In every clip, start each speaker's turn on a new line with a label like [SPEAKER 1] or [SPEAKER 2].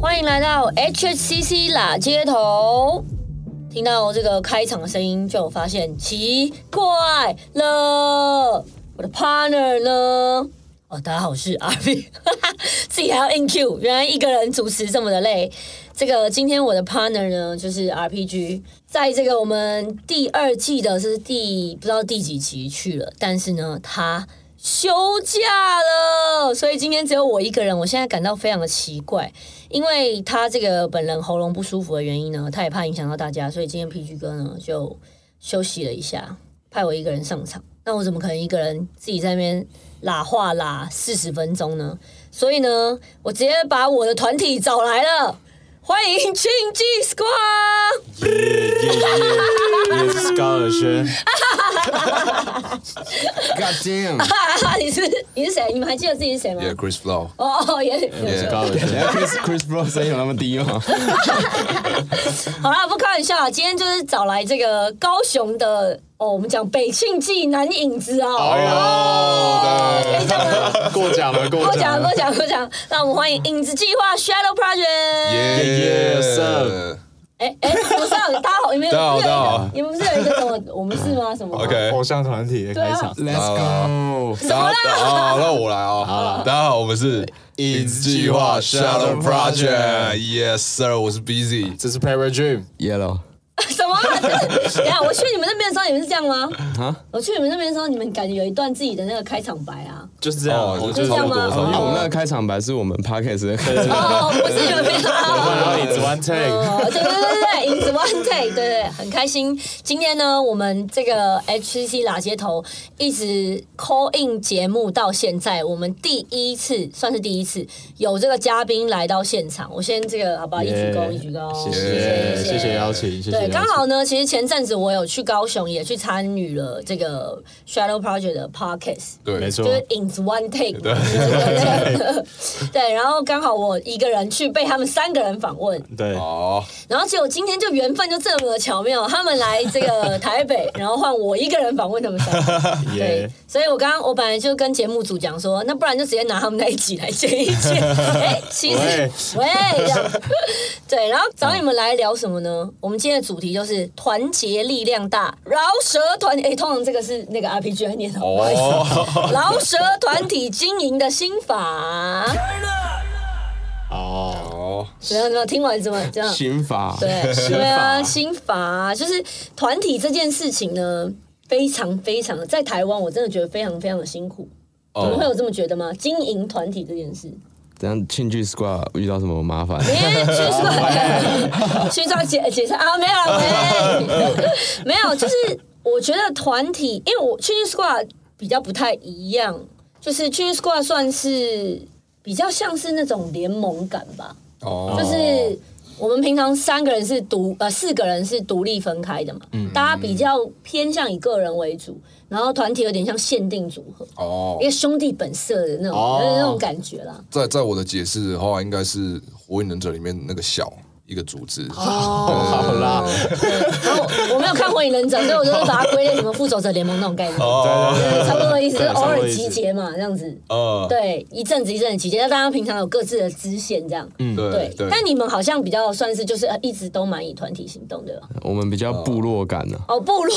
[SPEAKER 1] 欢迎来到 HCC 啦街头。听到这个开场声音，就发现奇怪了，我的 partner 呢？哦，大家好，我是 RV，自 己还要 NQ，原来一个人主持这么的累。这个今天我的 partner 呢，就是 RPG，在这个我们第二季的是第不知道第几集去了，但是呢，他休假了，所以今天只有我一个人。我现在感到非常的奇怪，因为他这个本人喉咙不舒服的原因呢，他也怕影响到大家，所以今天 PG 哥呢就休息了一下，派我一个人上场。那我怎么可能一个人自己在那边拉话拉四十分钟呢？所以呢，我直接把我的团体找来了，欢迎庆记 Squad。
[SPEAKER 2] 耶耶耶！也是高尔轩，
[SPEAKER 3] God damn！
[SPEAKER 1] 你是你是谁？你们还记得自己是谁吗？
[SPEAKER 3] Yeah, Chris Flow.
[SPEAKER 1] 哦哦，也
[SPEAKER 2] 也是高尔轩。
[SPEAKER 3] Yeah, Chris Chris Flow 声音有那么低吗？
[SPEAKER 1] 好啦，不开玩笑啦，今天就是找来这个高雄的哦，我们讲北庆记男影子
[SPEAKER 3] 哎
[SPEAKER 1] 哦，
[SPEAKER 3] 哦，
[SPEAKER 1] 可以这样吗？
[SPEAKER 2] 过奖了，过
[SPEAKER 1] 我讲，
[SPEAKER 2] 奖了
[SPEAKER 1] 我。讲，我讲，让我们欢迎影子计划 Shadow Project。
[SPEAKER 2] Yeah, yeah,
[SPEAKER 3] Yeah，
[SPEAKER 2] sir
[SPEAKER 1] 哎哎，不是啊，大家好，你们有
[SPEAKER 3] 大家好
[SPEAKER 1] 不是
[SPEAKER 3] 大
[SPEAKER 1] 有一
[SPEAKER 3] 家好啊
[SPEAKER 1] 个，你们不是有一个什么？我们是吗？什么
[SPEAKER 3] OK
[SPEAKER 2] 偶像团体的开场，
[SPEAKER 3] Let's go！
[SPEAKER 1] 么
[SPEAKER 3] 然
[SPEAKER 1] 啦
[SPEAKER 3] 后啊，那我来啊！大家好，我们是影子计划 Shadow Project。Yes, sir，我是 Busy。
[SPEAKER 2] 这是 Paper Dream。
[SPEAKER 3] Yellow，
[SPEAKER 1] 什么？ 等一下，我去你们那边的时候，你们是这样吗？
[SPEAKER 3] 啊
[SPEAKER 1] 我去你们那边的时候，你们感觉有一段自己的那个开场白啊？
[SPEAKER 2] 就是这样，
[SPEAKER 3] 哦
[SPEAKER 2] 我
[SPEAKER 3] 就是
[SPEAKER 1] 这样吗
[SPEAKER 2] 差不
[SPEAKER 1] 哦
[SPEAKER 2] 多差
[SPEAKER 3] 那
[SPEAKER 2] 不
[SPEAKER 3] 我
[SPEAKER 2] 多
[SPEAKER 3] 们那个开场白是我们 podcast 的开场，
[SPEAKER 1] 哦，不是有没 有？
[SPEAKER 2] 然后 It's One
[SPEAKER 1] 哦
[SPEAKER 2] Take，
[SPEAKER 1] 对对对对，影子 One Day，对对，很开心。今天呢，我们这个 HCC 拉街头一直 call in 节目到现在，我们第一次算是第一次有这个嘉宾来到现场。我先这个好不好？一鞠躬，一鞠躬，
[SPEAKER 2] 谢谢，
[SPEAKER 1] 谢
[SPEAKER 2] 谢谢邀请，谢谢邀
[SPEAKER 1] 对，
[SPEAKER 2] 请。
[SPEAKER 1] 刚好呢，其实前阵子我有去高雄，也去参与了这个 Shadow Project 的 Podcast。
[SPEAKER 3] 对，
[SPEAKER 2] 没错
[SPEAKER 1] 就是影子 one take，嘛对对，然后刚好我一个人去被他们三个人访问，
[SPEAKER 2] 对，
[SPEAKER 3] 哦，
[SPEAKER 1] 然后结果今天就缘分就这么的巧妙，他们来这个台北，然后换我一个人访问他们三个。对
[SPEAKER 2] 耶，，
[SPEAKER 1] 所以我刚刚我本来就跟节目组讲说，那不然就直接拿他们那一集来剪一剪。 哎，其实
[SPEAKER 2] 喂
[SPEAKER 1] 喂，这样对，然后找你们来聊什么呢？我们今天的主题就是团结力量大，饶舌团。哎，通常这个是那个 RPG 来念的，不好意思饶舌团体经营的心法。
[SPEAKER 2] 哦，
[SPEAKER 3] 哦，
[SPEAKER 1] 怎么样？怎么样？听完怎么这样？
[SPEAKER 3] 刑法，
[SPEAKER 1] 对对啊，
[SPEAKER 2] 法
[SPEAKER 1] 心法啊就是团体这件事情呢，非常非常在台湾，我真的觉得非常非常的辛苦。
[SPEAKER 3] 哦
[SPEAKER 1] 你们会有这么觉得吗？经营团体这件事，
[SPEAKER 3] 怎样？庆剧 squad 遇到什么麻烦？
[SPEAKER 1] 别去说去找解解释啊，没有啦，没没有，就是我觉得团体，因为我去 squad 比较不太一样，就是去 squad 算是比较像是那种联盟感吧，
[SPEAKER 3] 哦
[SPEAKER 1] 就是我们平常三个人是独呃四个人是独立分开的嘛，大家比较偏向以个人为主，然后团体有点像限定组合，
[SPEAKER 4] 哦
[SPEAKER 1] 一，个兄弟本色的那种、
[SPEAKER 2] 哦
[SPEAKER 1] 那种感觉啦。
[SPEAKER 4] 在在我的解释的话，应该是《火影忍者》里面那个小一个组织，
[SPEAKER 2] 好啦，
[SPEAKER 1] 对，然后我我没有看《火影忍者》，所以我就是把它归类什么《复仇者联盟》那种概念。
[SPEAKER 2] 对对
[SPEAKER 1] 对，差不多的意思，就
[SPEAKER 2] 对
[SPEAKER 1] 是偶
[SPEAKER 2] 差不
[SPEAKER 1] 尔
[SPEAKER 2] 多意思
[SPEAKER 1] 集结嘛，这样子。
[SPEAKER 4] 呃，
[SPEAKER 1] 对，一阵子一阵子集结，那大家平常有各自的支线这样。嗯，
[SPEAKER 4] 对
[SPEAKER 1] 对。
[SPEAKER 4] 对，
[SPEAKER 1] 但你们好像比较算是就是呃一直都蛮以团体行动，对吧？
[SPEAKER 5] 嗯
[SPEAKER 3] 我们比较部落感
[SPEAKER 5] 啊
[SPEAKER 3] 呢。
[SPEAKER 1] 哦，部落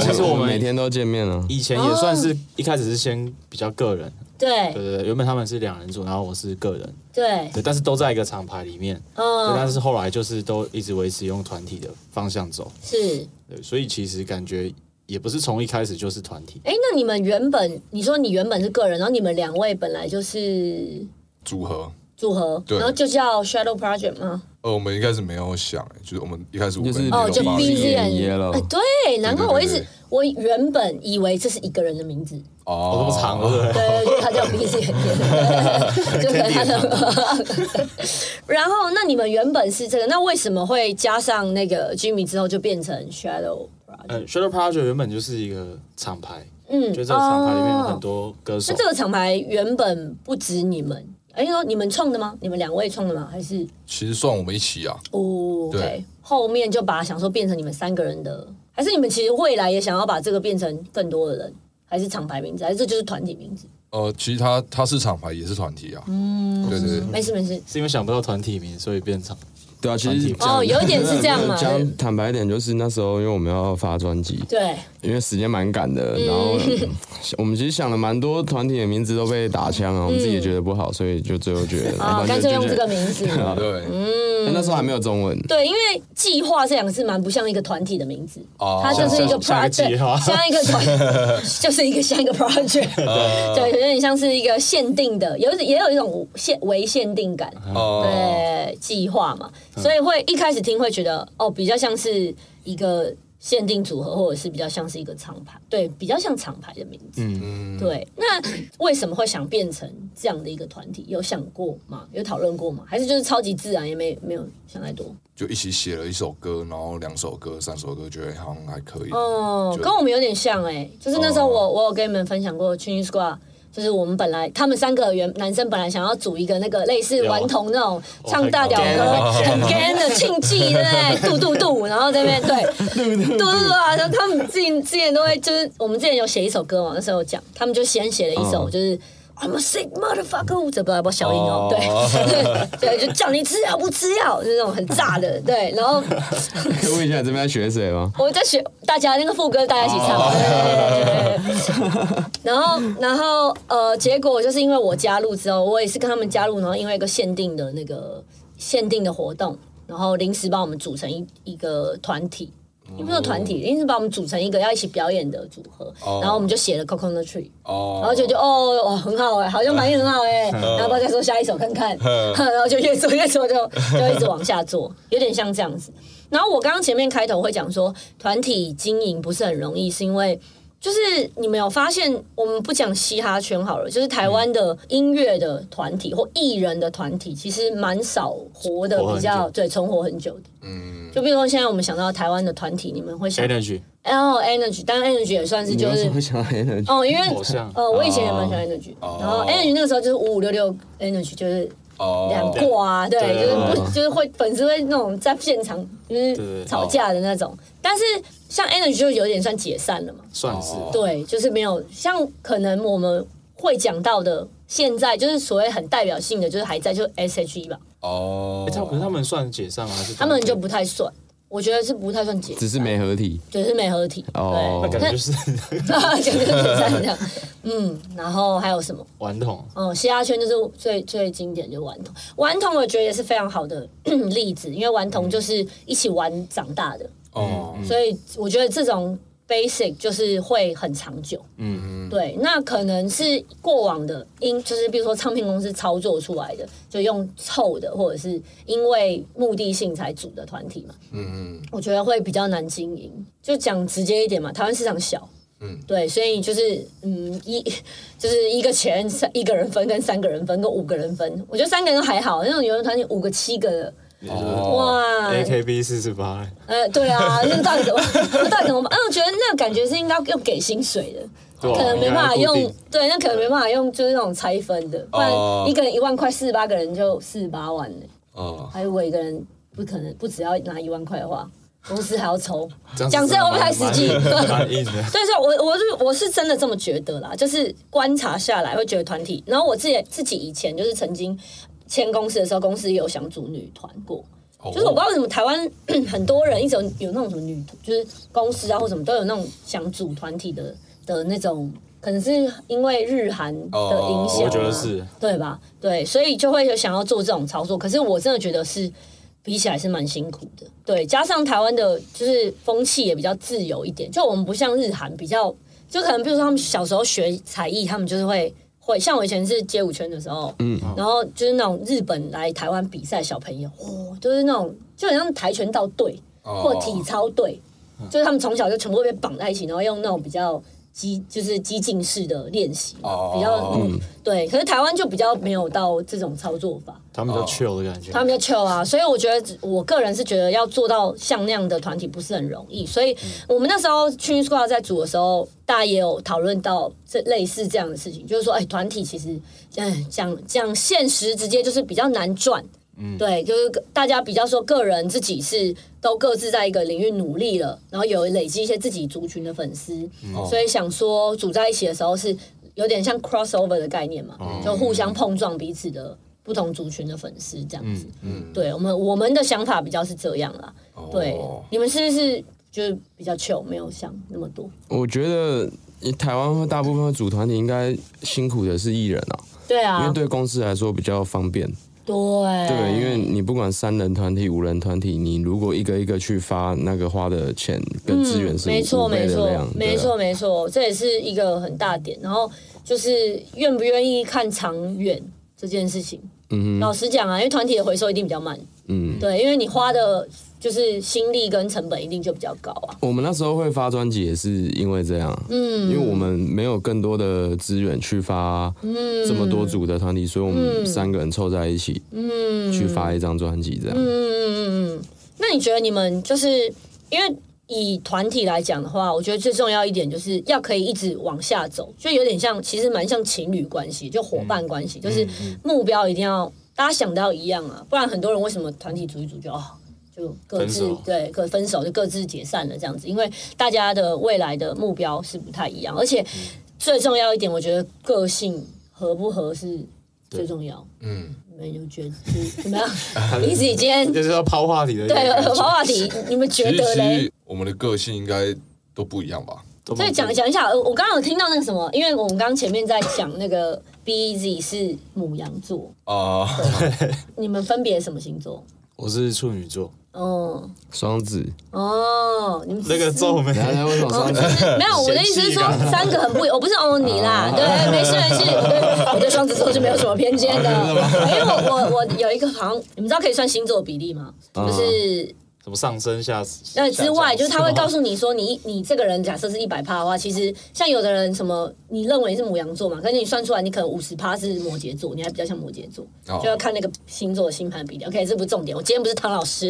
[SPEAKER 2] 其实我们
[SPEAKER 3] 每天都见面了，
[SPEAKER 2] 以前也算是一开始是先比较个人，对
[SPEAKER 1] 对
[SPEAKER 2] 对对，原本他们是两人组，然后我是个人，
[SPEAKER 1] 对，
[SPEAKER 2] 对，但是都在一个厂牌里面，对但
[SPEAKER 1] 嗯，
[SPEAKER 2] 是后来就是都一直维持用团体的方向走，
[SPEAKER 1] 是。
[SPEAKER 2] 对，所以其实感觉也不是从一开始就是团体，
[SPEAKER 1] 哎，那你们原本你说你原本是个人，然后你们两位本来就是
[SPEAKER 4] 组合，
[SPEAKER 1] 组合，
[SPEAKER 4] 对
[SPEAKER 1] 然后就叫 Shadow Project 吗？
[SPEAKER 4] 呃，我们一开始没有想，欸就是我们一开始五个
[SPEAKER 3] 就是
[SPEAKER 4] 人
[SPEAKER 1] 哦，
[SPEAKER 4] 一
[SPEAKER 1] 就
[SPEAKER 4] 个八
[SPEAKER 1] B
[SPEAKER 3] 逼
[SPEAKER 1] Z
[SPEAKER 3] 自
[SPEAKER 1] N
[SPEAKER 3] 己演了
[SPEAKER 1] 哎，对，难怪我一直
[SPEAKER 4] 对对
[SPEAKER 1] 我原本以为这是一个人的名字，
[SPEAKER 4] 哦
[SPEAKER 2] 哦，这么长，对不对？
[SPEAKER 1] 对，他叫 B Z N，就可能他的。 然后，那你们原本是这个，那为什么会加上那个 Jimmy 之后就变成 Shadow Project？
[SPEAKER 2] 嗯，Shadow Project 原本就是一个厂牌，
[SPEAKER 1] 嗯，
[SPEAKER 2] 就这个厂牌里面有很
[SPEAKER 1] 哦。
[SPEAKER 2] 多歌手
[SPEAKER 1] 那这，个厂牌原本不止你们，哎呦，你们创的吗？你们两位创的吗？还是
[SPEAKER 4] 其实算我们一起啊，
[SPEAKER 1] 哦，
[SPEAKER 4] 对
[SPEAKER 1] OK，后面就把想说变成你们三个人的，还是你们其实未来也想要把这个变成更多的人，还是厂牌名字，还是这就是团体名字？
[SPEAKER 4] 呃，其实他他是厂牌，也是团体啊。嗯，对对对，
[SPEAKER 1] 没事没事，
[SPEAKER 2] 是因为想不到团体名，所以变长。
[SPEAKER 5] 对啊，其实
[SPEAKER 2] 团体
[SPEAKER 5] 讲
[SPEAKER 1] 哦有一点是这样嘛
[SPEAKER 5] 讲坦白一点，就是那时候因为我们要发专辑，
[SPEAKER 1] 对，
[SPEAKER 5] 因为时间蛮赶
[SPEAKER 1] 嗯
[SPEAKER 5] 的，然后我们其实想了蛮多团体的名字都被打枪啊，我们自己也觉得不好，所以就最后觉得，
[SPEAKER 1] 啊，嗯
[SPEAKER 5] 反
[SPEAKER 1] 干
[SPEAKER 5] 正
[SPEAKER 1] 脆
[SPEAKER 5] 就
[SPEAKER 1] 用
[SPEAKER 5] 觉
[SPEAKER 1] 这
[SPEAKER 5] 得
[SPEAKER 1] 个名 字。
[SPEAKER 2] 啊
[SPEAKER 1] 嗯
[SPEAKER 4] 对，
[SPEAKER 5] 哎那时候还没有中文，
[SPEAKER 1] 对，因为“计划”这两个字蛮不像一个团体的名字，
[SPEAKER 4] 哦
[SPEAKER 1] 它就是一个
[SPEAKER 2] 像像
[SPEAKER 1] project，
[SPEAKER 2] 一个计划
[SPEAKER 1] 像一个 团，就是一个像一个 project，对，
[SPEAKER 2] 啊
[SPEAKER 1] 有点像是一个限定的，有也有一种限为限定感，
[SPEAKER 2] 啊
[SPEAKER 4] 哦，
[SPEAKER 1] 对，计划嘛，所以会一开始听会觉得哦，比较像是一个限定组合，或者是比较像是一个厂牌，对，比较像厂牌的名字，对。那为什么会想变成这样的一个团体？有想过吗？有讨论过吗？还是就是超级自然，也没没有想太多？
[SPEAKER 4] 就一起写了一首歌，然后两首歌、三首歌，觉得好像还可以。
[SPEAKER 1] 哦，
[SPEAKER 4] 就
[SPEAKER 1] 跟我们有点像哎、就是那时候我、我有跟你们分享过 Chinese Squad。就是我们本来他们三个原男生本来想要组一个那个类似顽童那种唱大屌歌很 gan 的庆忌对不对？嘟嘟嘟，然后这边对嘟嘟嘟啊，然后他们自己之前都会就是我们之前有写一首歌嘛，那时候有讲他们就先写了一首就是 I'm a sick motherfucker，这不不小音哦，对对，就叫你吃药不吃药，就是那种很炸的对，然后
[SPEAKER 5] 可以
[SPEAKER 1] 嗯
[SPEAKER 5] 问一下你这边在学谁吗？
[SPEAKER 1] 我在学大家那个副歌，大家一起唱。对对对对对然后，然后呃，结果就是因为我加入之后，我也是跟他们加入，然后因为一个限定的那个限定的活动，然后临时帮我们组成一一个团体。也不是团体，临时把我们组成一个要一起表演的组合，然后我们就写了《Coconut Tree》，
[SPEAKER 4] 哦，
[SPEAKER 1] 然后就就哦哦很好哎，好像反应很好 哎，然后不要再说下一首看看，
[SPEAKER 2] 嗯
[SPEAKER 1] 然后就越做越做就就一直往下做，有点像这样子。然后我刚刚前面开头会讲说，团体经营不是很容易，是因为就是你们有发现，我们不讲嘻哈圈好了，就是台湾
[SPEAKER 2] 嗯
[SPEAKER 1] 的音乐的团体或艺人的团体，其实蛮少活的
[SPEAKER 2] 活很
[SPEAKER 1] 比较
[SPEAKER 2] 久
[SPEAKER 1] 对存活很久的。嗯，就比如说现在我们想到台湾的团体，你们会想
[SPEAKER 2] Energy，
[SPEAKER 1] L Energy，当然 Energy 也算是
[SPEAKER 5] 你
[SPEAKER 1] 就
[SPEAKER 5] 为
[SPEAKER 1] 是
[SPEAKER 5] 什么会想到 a n
[SPEAKER 1] 哦，因为
[SPEAKER 2] 偶像
[SPEAKER 1] 呃，我以前也蛮喜欢 Energy，、然后 Energy 那个时候就是五五六六 Energy，就是两
[SPEAKER 4] 哦，
[SPEAKER 1] 挂啊，对，
[SPEAKER 2] 对
[SPEAKER 1] 就是不就是会粉丝会那种在现场就是
[SPEAKER 2] 对
[SPEAKER 1] 吵架的那种，但是像 Energy 就有点算解散了嘛，
[SPEAKER 2] 算是
[SPEAKER 1] 哦对，就是没有像可能我们会讲到的。现在就是所谓很代表性的，就是还在就是 S.H.E 吧，
[SPEAKER 4] 哦
[SPEAKER 2] 诶，哎他可是他们算解散吗？还是
[SPEAKER 1] 他们就不太算，我觉得是不太算解散，
[SPEAKER 5] 只是没合体，
[SPEAKER 1] 只是没合体，
[SPEAKER 5] 哦
[SPEAKER 2] 那
[SPEAKER 1] 对，
[SPEAKER 2] 感觉就是
[SPEAKER 1] 那就是解散这样，嗯，然后还有什么？
[SPEAKER 2] 顽童。
[SPEAKER 1] 嗯，嘻哈圈就是最最经典，就是顽童。顽童我觉得也是非常好的 例子，因为顽童就是一起玩长大的，
[SPEAKER 4] 哦，
[SPEAKER 1] 所以我觉得这种 basic 就是会很长久。嗯，对。那可能是过往的因，就是比如说唱片公司操作出来的，就用凑的，或者是因为目的性才组的团体嘛。
[SPEAKER 4] 嗯
[SPEAKER 1] 我觉得会比较难经营。就讲直接一点嘛，台湾市场小，
[SPEAKER 4] 嗯
[SPEAKER 1] 对，所以就是嗯一 就是一个钱三一个人分，跟三个人分，跟五个人分，我觉得三个人还好，那种有的团体五个七个的，嗯
[SPEAKER 4] 哦，
[SPEAKER 1] 哇，
[SPEAKER 2] AKB 四十八，
[SPEAKER 1] 呃，对啊，那到底怎么 那到底怎么办？嗯，我觉得那个感觉是应该用给薪水的。
[SPEAKER 2] 对吧
[SPEAKER 1] 可能没办法
[SPEAKER 2] 哦应该固
[SPEAKER 1] 用
[SPEAKER 2] 定，哦
[SPEAKER 1] 对，那可能没办法用，就是那种拆分的，不然一个人一万块，四十八个人就四十八万呢、
[SPEAKER 4] 哦，
[SPEAKER 1] 还有我一个人不可能，不只要拿一万块的话，公司还要抽。
[SPEAKER 4] 样子
[SPEAKER 1] 讲真，我不太实际。
[SPEAKER 2] 蛮 硬的。
[SPEAKER 1] 对，所以我我是我是真的这么觉得啦，就是观察下来会觉得团体，然后我自己自己以前就是曾经签公司的时候，公司也有想组女团过。就是我
[SPEAKER 2] 哦
[SPEAKER 1] 不知道为什么台湾很多人一直有有那种什么女，就是公司啊或什么都有那种想组团体的的那种，可能是因为日韩的影响、啊
[SPEAKER 2] 哦我觉得是
[SPEAKER 1] 对吧？对，所以就会有想要做这种操作。可是我真的觉得是比起来是蛮辛苦的，对，加上台湾的就是风气也比较自由一点，就我们不像日韩比较，就可能比如说他们小时候学才艺，他们就是会。会像我以前是街舞圈的时候，嗯，然后就是那种日本来台湾比赛小朋友，哦，就是那种就很像跆拳道队
[SPEAKER 4] 哦
[SPEAKER 1] 或体操队，就是他们从小就全部被绑在一起，然后用那种比较激就是激进式的练习，
[SPEAKER 4] 哦
[SPEAKER 1] 比较、嗯对。可是台湾就比较没有到这种操作法，
[SPEAKER 2] 他们比较 chill 的感
[SPEAKER 1] 哦
[SPEAKER 2] 觉。
[SPEAKER 1] 他们比较 chill 啊，所以我觉得我个人是觉得要做到像那样的团体不是很容易。所以我们那时候 Chin Squad 在组的时候，大家也有讨论到这类似这样的事情，就是说，哎，团体其实，嗯，讲讲现实，直接就是比较难赚。对，就是大家比较说个人自己是都各自在一个领域努力了，然后有累积一些自己族群的粉丝，所以想说组在一起的时候是有点像 crossover 的概念嘛，就互相碰撞彼此的不同族群的粉丝这样子。
[SPEAKER 5] 嗯
[SPEAKER 1] 对我们我们的想法比较是这样啦。
[SPEAKER 5] 哦
[SPEAKER 4] 哦
[SPEAKER 1] 对，你们是不是就是比较 chill，没有想那么多？
[SPEAKER 5] 我觉得台湾会大部分的组团体应该辛苦的是艺人啊，
[SPEAKER 1] 对
[SPEAKER 5] 因
[SPEAKER 1] 啊
[SPEAKER 5] 为，对公司来说比较方便。
[SPEAKER 1] 对，
[SPEAKER 5] 对，因为你不管三人团体、五人团体，你如果一个一个去发，那个花的钱跟资源是
[SPEAKER 1] 嗯没
[SPEAKER 5] 五
[SPEAKER 1] 错，
[SPEAKER 5] 倍
[SPEAKER 1] 没
[SPEAKER 5] 的
[SPEAKER 1] 错
[SPEAKER 5] 量，，对啊
[SPEAKER 1] 没错，。没错，这也是一个很大点。然后就是愿不愿意看长远这件事情。嗯，老实讲啊，因为团体的回收一定比较慢。嗯，对，因为你花的就是心力跟成本一定就比较高啊。
[SPEAKER 5] 我们那时候会发专辑也是因为这样，嗯，因为我们没有更多的资源去发
[SPEAKER 1] 嗯
[SPEAKER 5] 这么多组的团体，所以我们三个人凑在一起，嗯，去发一张专辑这样。
[SPEAKER 1] 嗯那你觉得你们就是因为以团体来讲的话，我觉得最重要一点就是要可以一直往下走，就有点像，其实蛮像情侣关系，就伙伴关
[SPEAKER 2] 嗯
[SPEAKER 1] 系，就是目标一定要大家想到一样啊，不然很多人为什么团体组一组就哦。就各自
[SPEAKER 2] 分手
[SPEAKER 1] 对各分手就各自解散了这样子，因为大家的未来的目标是不太一样，而且最重要一点，我觉得个性合不合是最重要。嗯，你们有觉得是怎么 样？你自己今天
[SPEAKER 2] 就是要抛话题的一个
[SPEAKER 1] 对，
[SPEAKER 2] 感觉，
[SPEAKER 1] 跑话题，你们觉
[SPEAKER 4] 其实
[SPEAKER 1] 得
[SPEAKER 4] 其
[SPEAKER 1] 嘞
[SPEAKER 4] 实？我们的个性应该都不一样吧？
[SPEAKER 2] 都蛮
[SPEAKER 1] 所以讲讲一下，呃我刚刚有听到那个什么，因为我们刚刚前面在讲那个 B E Z 是母羊座，
[SPEAKER 4] 啊、
[SPEAKER 1] 你们分别什么星座？
[SPEAKER 2] 我是处女座，
[SPEAKER 1] 嗯，
[SPEAKER 5] 双子，
[SPEAKER 1] 哦，你们哦
[SPEAKER 2] 那个皱眉，
[SPEAKER 5] 来来，为什么双子？
[SPEAKER 1] 没有，我的意思 是说，
[SPEAKER 2] 啊
[SPEAKER 1] 三个很不，我不是哦你啦，对，没事没事，对我对双子座是没有什么偏见的，
[SPEAKER 2] 哦
[SPEAKER 1] 因为我我我有一个好像，你们知道可以算星座比例吗？就是
[SPEAKER 2] 什么上升下死
[SPEAKER 1] 那呃之外，就是他会告诉你说你，你这个人假设是一百趴的话，其实像有的人什么，你认为是母羊座嘛，可是你算出来你可能五十趴是摩羯座，你还比较像摩羯座，就要看那个星座的星盘比例。OK，这不是重点，我今天不是唐老 师，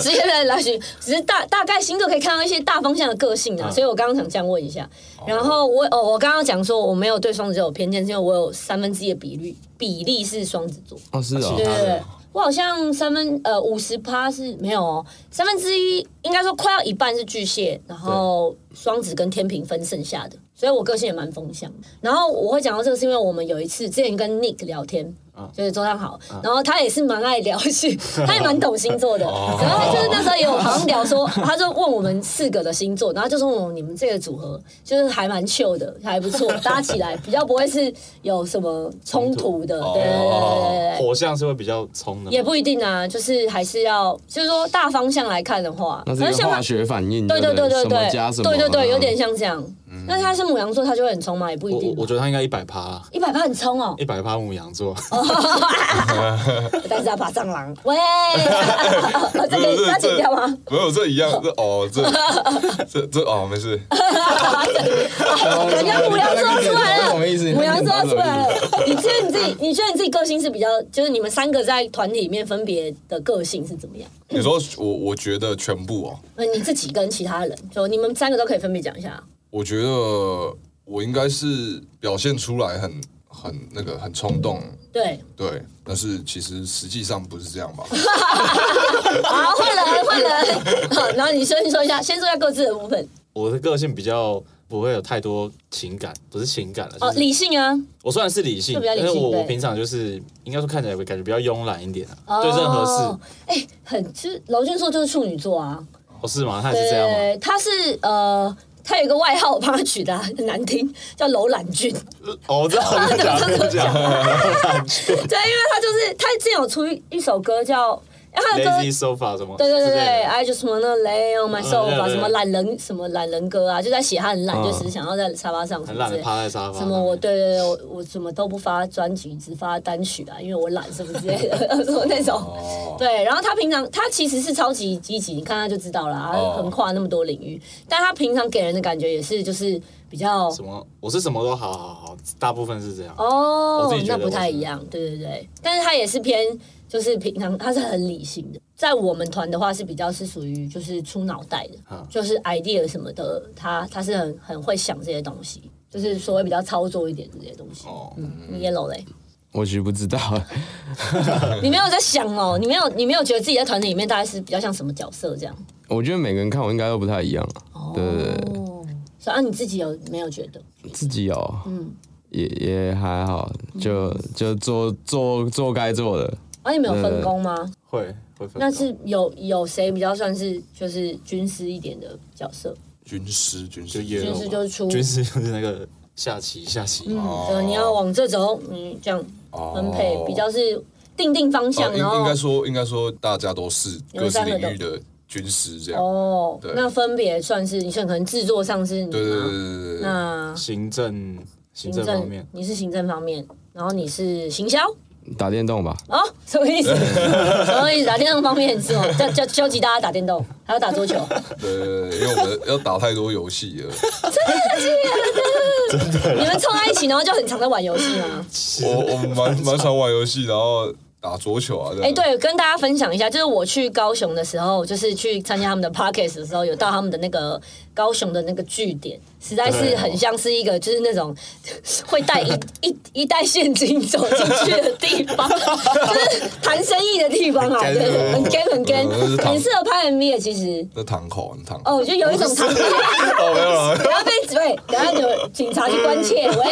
[SPEAKER 1] 直接来来询，只是大大概星座可以看到一些大方向的个性啊，所以我刚刚想这样问一下。然后我哦，我刚刚讲说我没有对双子座有偏见，是因为我有三分之一的比率比例是双子座。
[SPEAKER 5] 哦，是
[SPEAKER 1] 对
[SPEAKER 5] 哦，
[SPEAKER 1] 对对，我好像三分呃五十趴是没有哦，三分之一应该说快要一半是巨蟹，然后双子跟天平分剩下的，所以我个性也蛮风向的。然后我会讲到这个，是因为我们有一次之前跟 Nick 聊天。就是周汤豪，然后他也是蛮爱聊戏，他也蛮懂星座的。然后他就是那时候也有好像聊说，他就问我们四个的星座，然后就说哦，你们这个组合就是还蛮 chill 的，还不错，搭起来比较不会是有什么冲突的。对对对对对对。
[SPEAKER 2] 哦火象是会比较冲的
[SPEAKER 1] 也
[SPEAKER 2] 嘛，
[SPEAKER 1] 不一定啊，就是还是要，就是说大方向来看的话，
[SPEAKER 5] 那是
[SPEAKER 1] 可
[SPEAKER 5] 一
[SPEAKER 1] 是
[SPEAKER 5] 个
[SPEAKER 1] 像他
[SPEAKER 5] 化学反应，
[SPEAKER 1] 对对
[SPEAKER 5] 对
[SPEAKER 1] 对对
[SPEAKER 5] 什么
[SPEAKER 1] 对，
[SPEAKER 5] 加什么，啊嗯
[SPEAKER 1] 对对对，有点。像这样。那他是母羊座，他就会很冲嘛，也不一
[SPEAKER 2] 我我
[SPEAKER 1] 定啊
[SPEAKER 2] 我。觉得他应该一百趴，
[SPEAKER 1] 一百趴很冲 哦，
[SPEAKER 2] 一百趴母羊座，啊
[SPEAKER 1] 但是他怕蟑螂。 喂，这 个你要剪掉吗？
[SPEAKER 4] 没有这一样， 这哦这这这哦没事，
[SPEAKER 5] 哦
[SPEAKER 1] 感觉母羊座出来了，
[SPEAKER 5] 什么意思
[SPEAKER 1] 母羊座出来了。你觉得你自己， 你觉得你自己个性是比较，就是你们三个在团体里面分别的个性是怎么样？
[SPEAKER 4] 你说我我觉得全部哦，
[SPEAKER 1] 呃，你自己跟其他人，就你们三个都可以分别讲一下。
[SPEAKER 4] 我觉得我应该是表现出来很很那个很冲动，
[SPEAKER 1] 对，
[SPEAKER 4] 对，但是其实实际上不是这样吧？
[SPEAKER 1] 好，换人，换人。好，然后你先说一下，先说一下各自的部分。
[SPEAKER 2] 我的个性比较不会有太多情感，不是情感了，
[SPEAKER 1] 哦，
[SPEAKER 2] 就是
[SPEAKER 1] 理性啊，
[SPEAKER 2] 我虽然是理性，
[SPEAKER 1] 就比较
[SPEAKER 2] 但
[SPEAKER 1] 理性
[SPEAKER 2] 是我
[SPEAKER 1] 对
[SPEAKER 2] 我平常就是应该说看起来感觉比较慵懒一点啊，
[SPEAKER 1] 哦
[SPEAKER 2] 对任何事，。
[SPEAKER 1] 哎、很，其实娄俊硕就是处女座啊，
[SPEAKER 2] 哦是吗？他也是这样吗？
[SPEAKER 1] 对，他是呃。他有一个外号，我帮他取的啊、很 难听，叫楼懒 俊。
[SPEAKER 2] 哦，我知道你讲
[SPEAKER 1] 真的
[SPEAKER 2] 的
[SPEAKER 1] 假
[SPEAKER 2] 讲，
[SPEAKER 1] 对，因为他就是他之前有出一首歌叫，哎 他的歌
[SPEAKER 2] lazy sofa 什么之
[SPEAKER 1] 对
[SPEAKER 2] 类
[SPEAKER 1] 对
[SPEAKER 2] 的，
[SPEAKER 1] 对对，I just wanna lay on my
[SPEAKER 2] 嗯
[SPEAKER 1] sofa，、
[SPEAKER 2] 对对对嗯
[SPEAKER 1] 什么懒人什么懒人歌啊，就在写他很懒，就只是想要在沙发上什
[SPEAKER 2] 很
[SPEAKER 1] 么
[SPEAKER 2] 懒
[SPEAKER 1] 之类
[SPEAKER 2] 得趴在沙发上，
[SPEAKER 1] 什么我对对对，我我怎么都不发专辑，只发单曲啊，因为我懒什么之类的，什 么那种。
[SPEAKER 2] 哦
[SPEAKER 1] 对，然后他平常他其实是超级积极，你看他就知道啦，
[SPEAKER 2] 哦
[SPEAKER 1] 他横跨那么多领域，但他平常给人的感觉也是就是比较
[SPEAKER 2] 什么我是什么都好好好，大部分是这样，
[SPEAKER 1] 哦
[SPEAKER 2] 我自己觉
[SPEAKER 1] 那
[SPEAKER 2] 得
[SPEAKER 1] 不太
[SPEAKER 2] 我是
[SPEAKER 1] 一样，对对对，但是他也是偏就是平常他是很理性的，在我们团的话是比较是属于就是出脑袋的，
[SPEAKER 2] 嗯
[SPEAKER 1] 就是 idea 什么的，他他是很很会想这些东西，就是所谓比较操作一点的这些东西。
[SPEAKER 2] 哦
[SPEAKER 1] 嗯，你 yellow 嘞，
[SPEAKER 5] 我其实不知道，啊
[SPEAKER 1] 你没有在想哦，你没有你没有觉得自己在团体里面大概是比较像什么角色这样？
[SPEAKER 5] 我觉得每个人看我应该都不太一样啊。对对对，
[SPEAKER 1] 哦，所以啊你自己有没有觉得？
[SPEAKER 5] 自己哦，嗯，也也还好，就就做做做该做的。
[SPEAKER 1] 啊，你们有分工
[SPEAKER 4] 呃
[SPEAKER 1] 吗？
[SPEAKER 2] 会会分
[SPEAKER 1] 那
[SPEAKER 2] 工
[SPEAKER 1] 是有有谁比较算是就是军师一点的角色？
[SPEAKER 4] 军师，军
[SPEAKER 2] 就
[SPEAKER 4] 师
[SPEAKER 2] 也
[SPEAKER 1] 军师就是出，
[SPEAKER 2] 军师就是那个下棋下棋，哦
[SPEAKER 1] 嗯，就你要往这走，嗯，这样分配
[SPEAKER 4] 哦
[SPEAKER 1] 比较是定定方
[SPEAKER 4] 啊
[SPEAKER 1] 向，
[SPEAKER 4] 应
[SPEAKER 1] 然后
[SPEAKER 4] 应该说，应该说大家都是
[SPEAKER 1] 有
[SPEAKER 4] 各自
[SPEAKER 1] 三个
[SPEAKER 4] 领域的军师这样。
[SPEAKER 1] 哦
[SPEAKER 4] 对，
[SPEAKER 1] 那分别算是你现在可能制作上是你
[SPEAKER 4] 对对对
[SPEAKER 1] 吗？
[SPEAKER 4] 对对对，
[SPEAKER 1] 那
[SPEAKER 2] 行政行政方面
[SPEAKER 1] 你是行政方面，然后你是行销
[SPEAKER 5] 打电动吧，
[SPEAKER 1] 啊、哦？什么意思？ 什么意思？打电动方面是吗？教教教集大家打电动，还有打桌球，
[SPEAKER 4] 对对对，因为我们要打太多游戏了。
[SPEAKER 1] 你们凑在一起，然后就很常在玩游戏吗？
[SPEAKER 4] 我我们蛮蛮常玩游戏，然后打桌球啊。
[SPEAKER 1] 哎、，对，跟大家分享一下，就是我去高雄的时候，就是去参加他们的 podcast 的时候，有到他们的那个高雄的那个据点，实在是很像是一个就是那种会带一一一袋现金走进去的地方，就是谈生意的地方啊，
[SPEAKER 2] 干
[SPEAKER 1] 对，
[SPEAKER 2] 哦
[SPEAKER 1] 很干很干
[SPEAKER 4] 嗯那是，糖
[SPEAKER 1] 很适合拍 MV 其实。
[SPEAKER 4] 那堂口，那堂口。
[SPEAKER 1] 哦，我就有一种糖，
[SPEAKER 4] 哦，没有了。
[SPEAKER 1] 不要被喂，等下有警察去关切喂。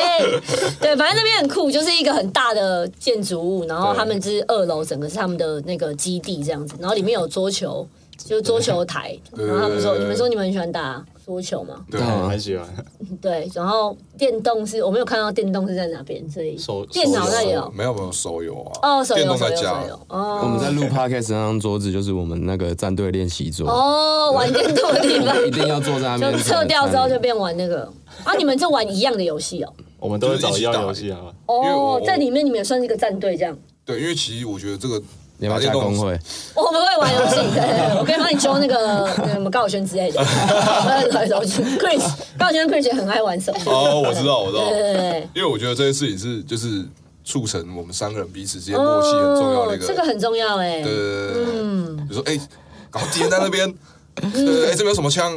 [SPEAKER 1] 对，反正那边很酷，就是一个很大的建筑物，然后他们就是二楼，整个是他们的那个基地这样子，然后里面有桌球，就是桌球台，然后他们说，
[SPEAKER 4] 对
[SPEAKER 1] 你们说你们很喜欢打桌球吗？
[SPEAKER 4] 对，
[SPEAKER 5] 啊
[SPEAKER 2] 很喜欢
[SPEAKER 1] 对，然后电动是我没有看到电动是在哪边，所以
[SPEAKER 2] 手
[SPEAKER 1] 电脑那里
[SPEAKER 4] 手
[SPEAKER 1] 有
[SPEAKER 4] 没有没有手游啊。
[SPEAKER 1] 哦，手
[SPEAKER 4] 电
[SPEAKER 1] 游
[SPEAKER 4] 动
[SPEAKER 1] 手
[SPEAKER 4] 在
[SPEAKER 1] 游手
[SPEAKER 4] 家。
[SPEAKER 1] 游哦。
[SPEAKER 5] 我们在录 podcast 那张桌子就是我们那个战队练习桌，
[SPEAKER 1] 哦，玩电动的地方
[SPEAKER 5] 一定要坐在那边
[SPEAKER 1] 就。撤掉之后就变玩那个啊！你们就玩一样的游戏哦。
[SPEAKER 2] 我们都会找
[SPEAKER 4] 就是
[SPEAKER 2] 一欸
[SPEAKER 4] 一起
[SPEAKER 2] 样
[SPEAKER 4] 打
[SPEAKER 2] 游戏啊来玩。
[SPEAKER 4] 因为
[SPEAKER 1] 哦
[SPEAKER 4] 我，
[SPEAKER 1] 在里面你们也算是一个战队这样。
[SPEAKER 4] 对，因为其实我觉得这个
[SPEAKER 5] 你要不要
[SPEAKER 4] 打电
[SPEAKER 5] 加
[SPEAKER 4] 动
[SPEAKER 5] 工会？
[SPEAKER 1] 我不会玩游 戏，对对对我可以帮你揪那个呃什么高晓轩之 类的。高晓轩 Chris，高晓轩 Chris 也很爱玩手机。
[SPEAKER 4] 哦，我知道，我知道
[SPEAKER 1] 对。对对，
[SPEAKER 4] 因为我觉得这件事情是就是促成我们三个人彼此之间
[SPEAKER 1] 对
[SPEAKER 4] 默契很重要的一个。
[SPEAKER 1] 哦嗯这个很重要哎。
[SPEAKER 4] 对对对对。嗯。比如说，哎，搞敌人在 那边。
[SPEAKER 1] 嗯
[SPEAKER 4] 对，哎，这边有什么枪？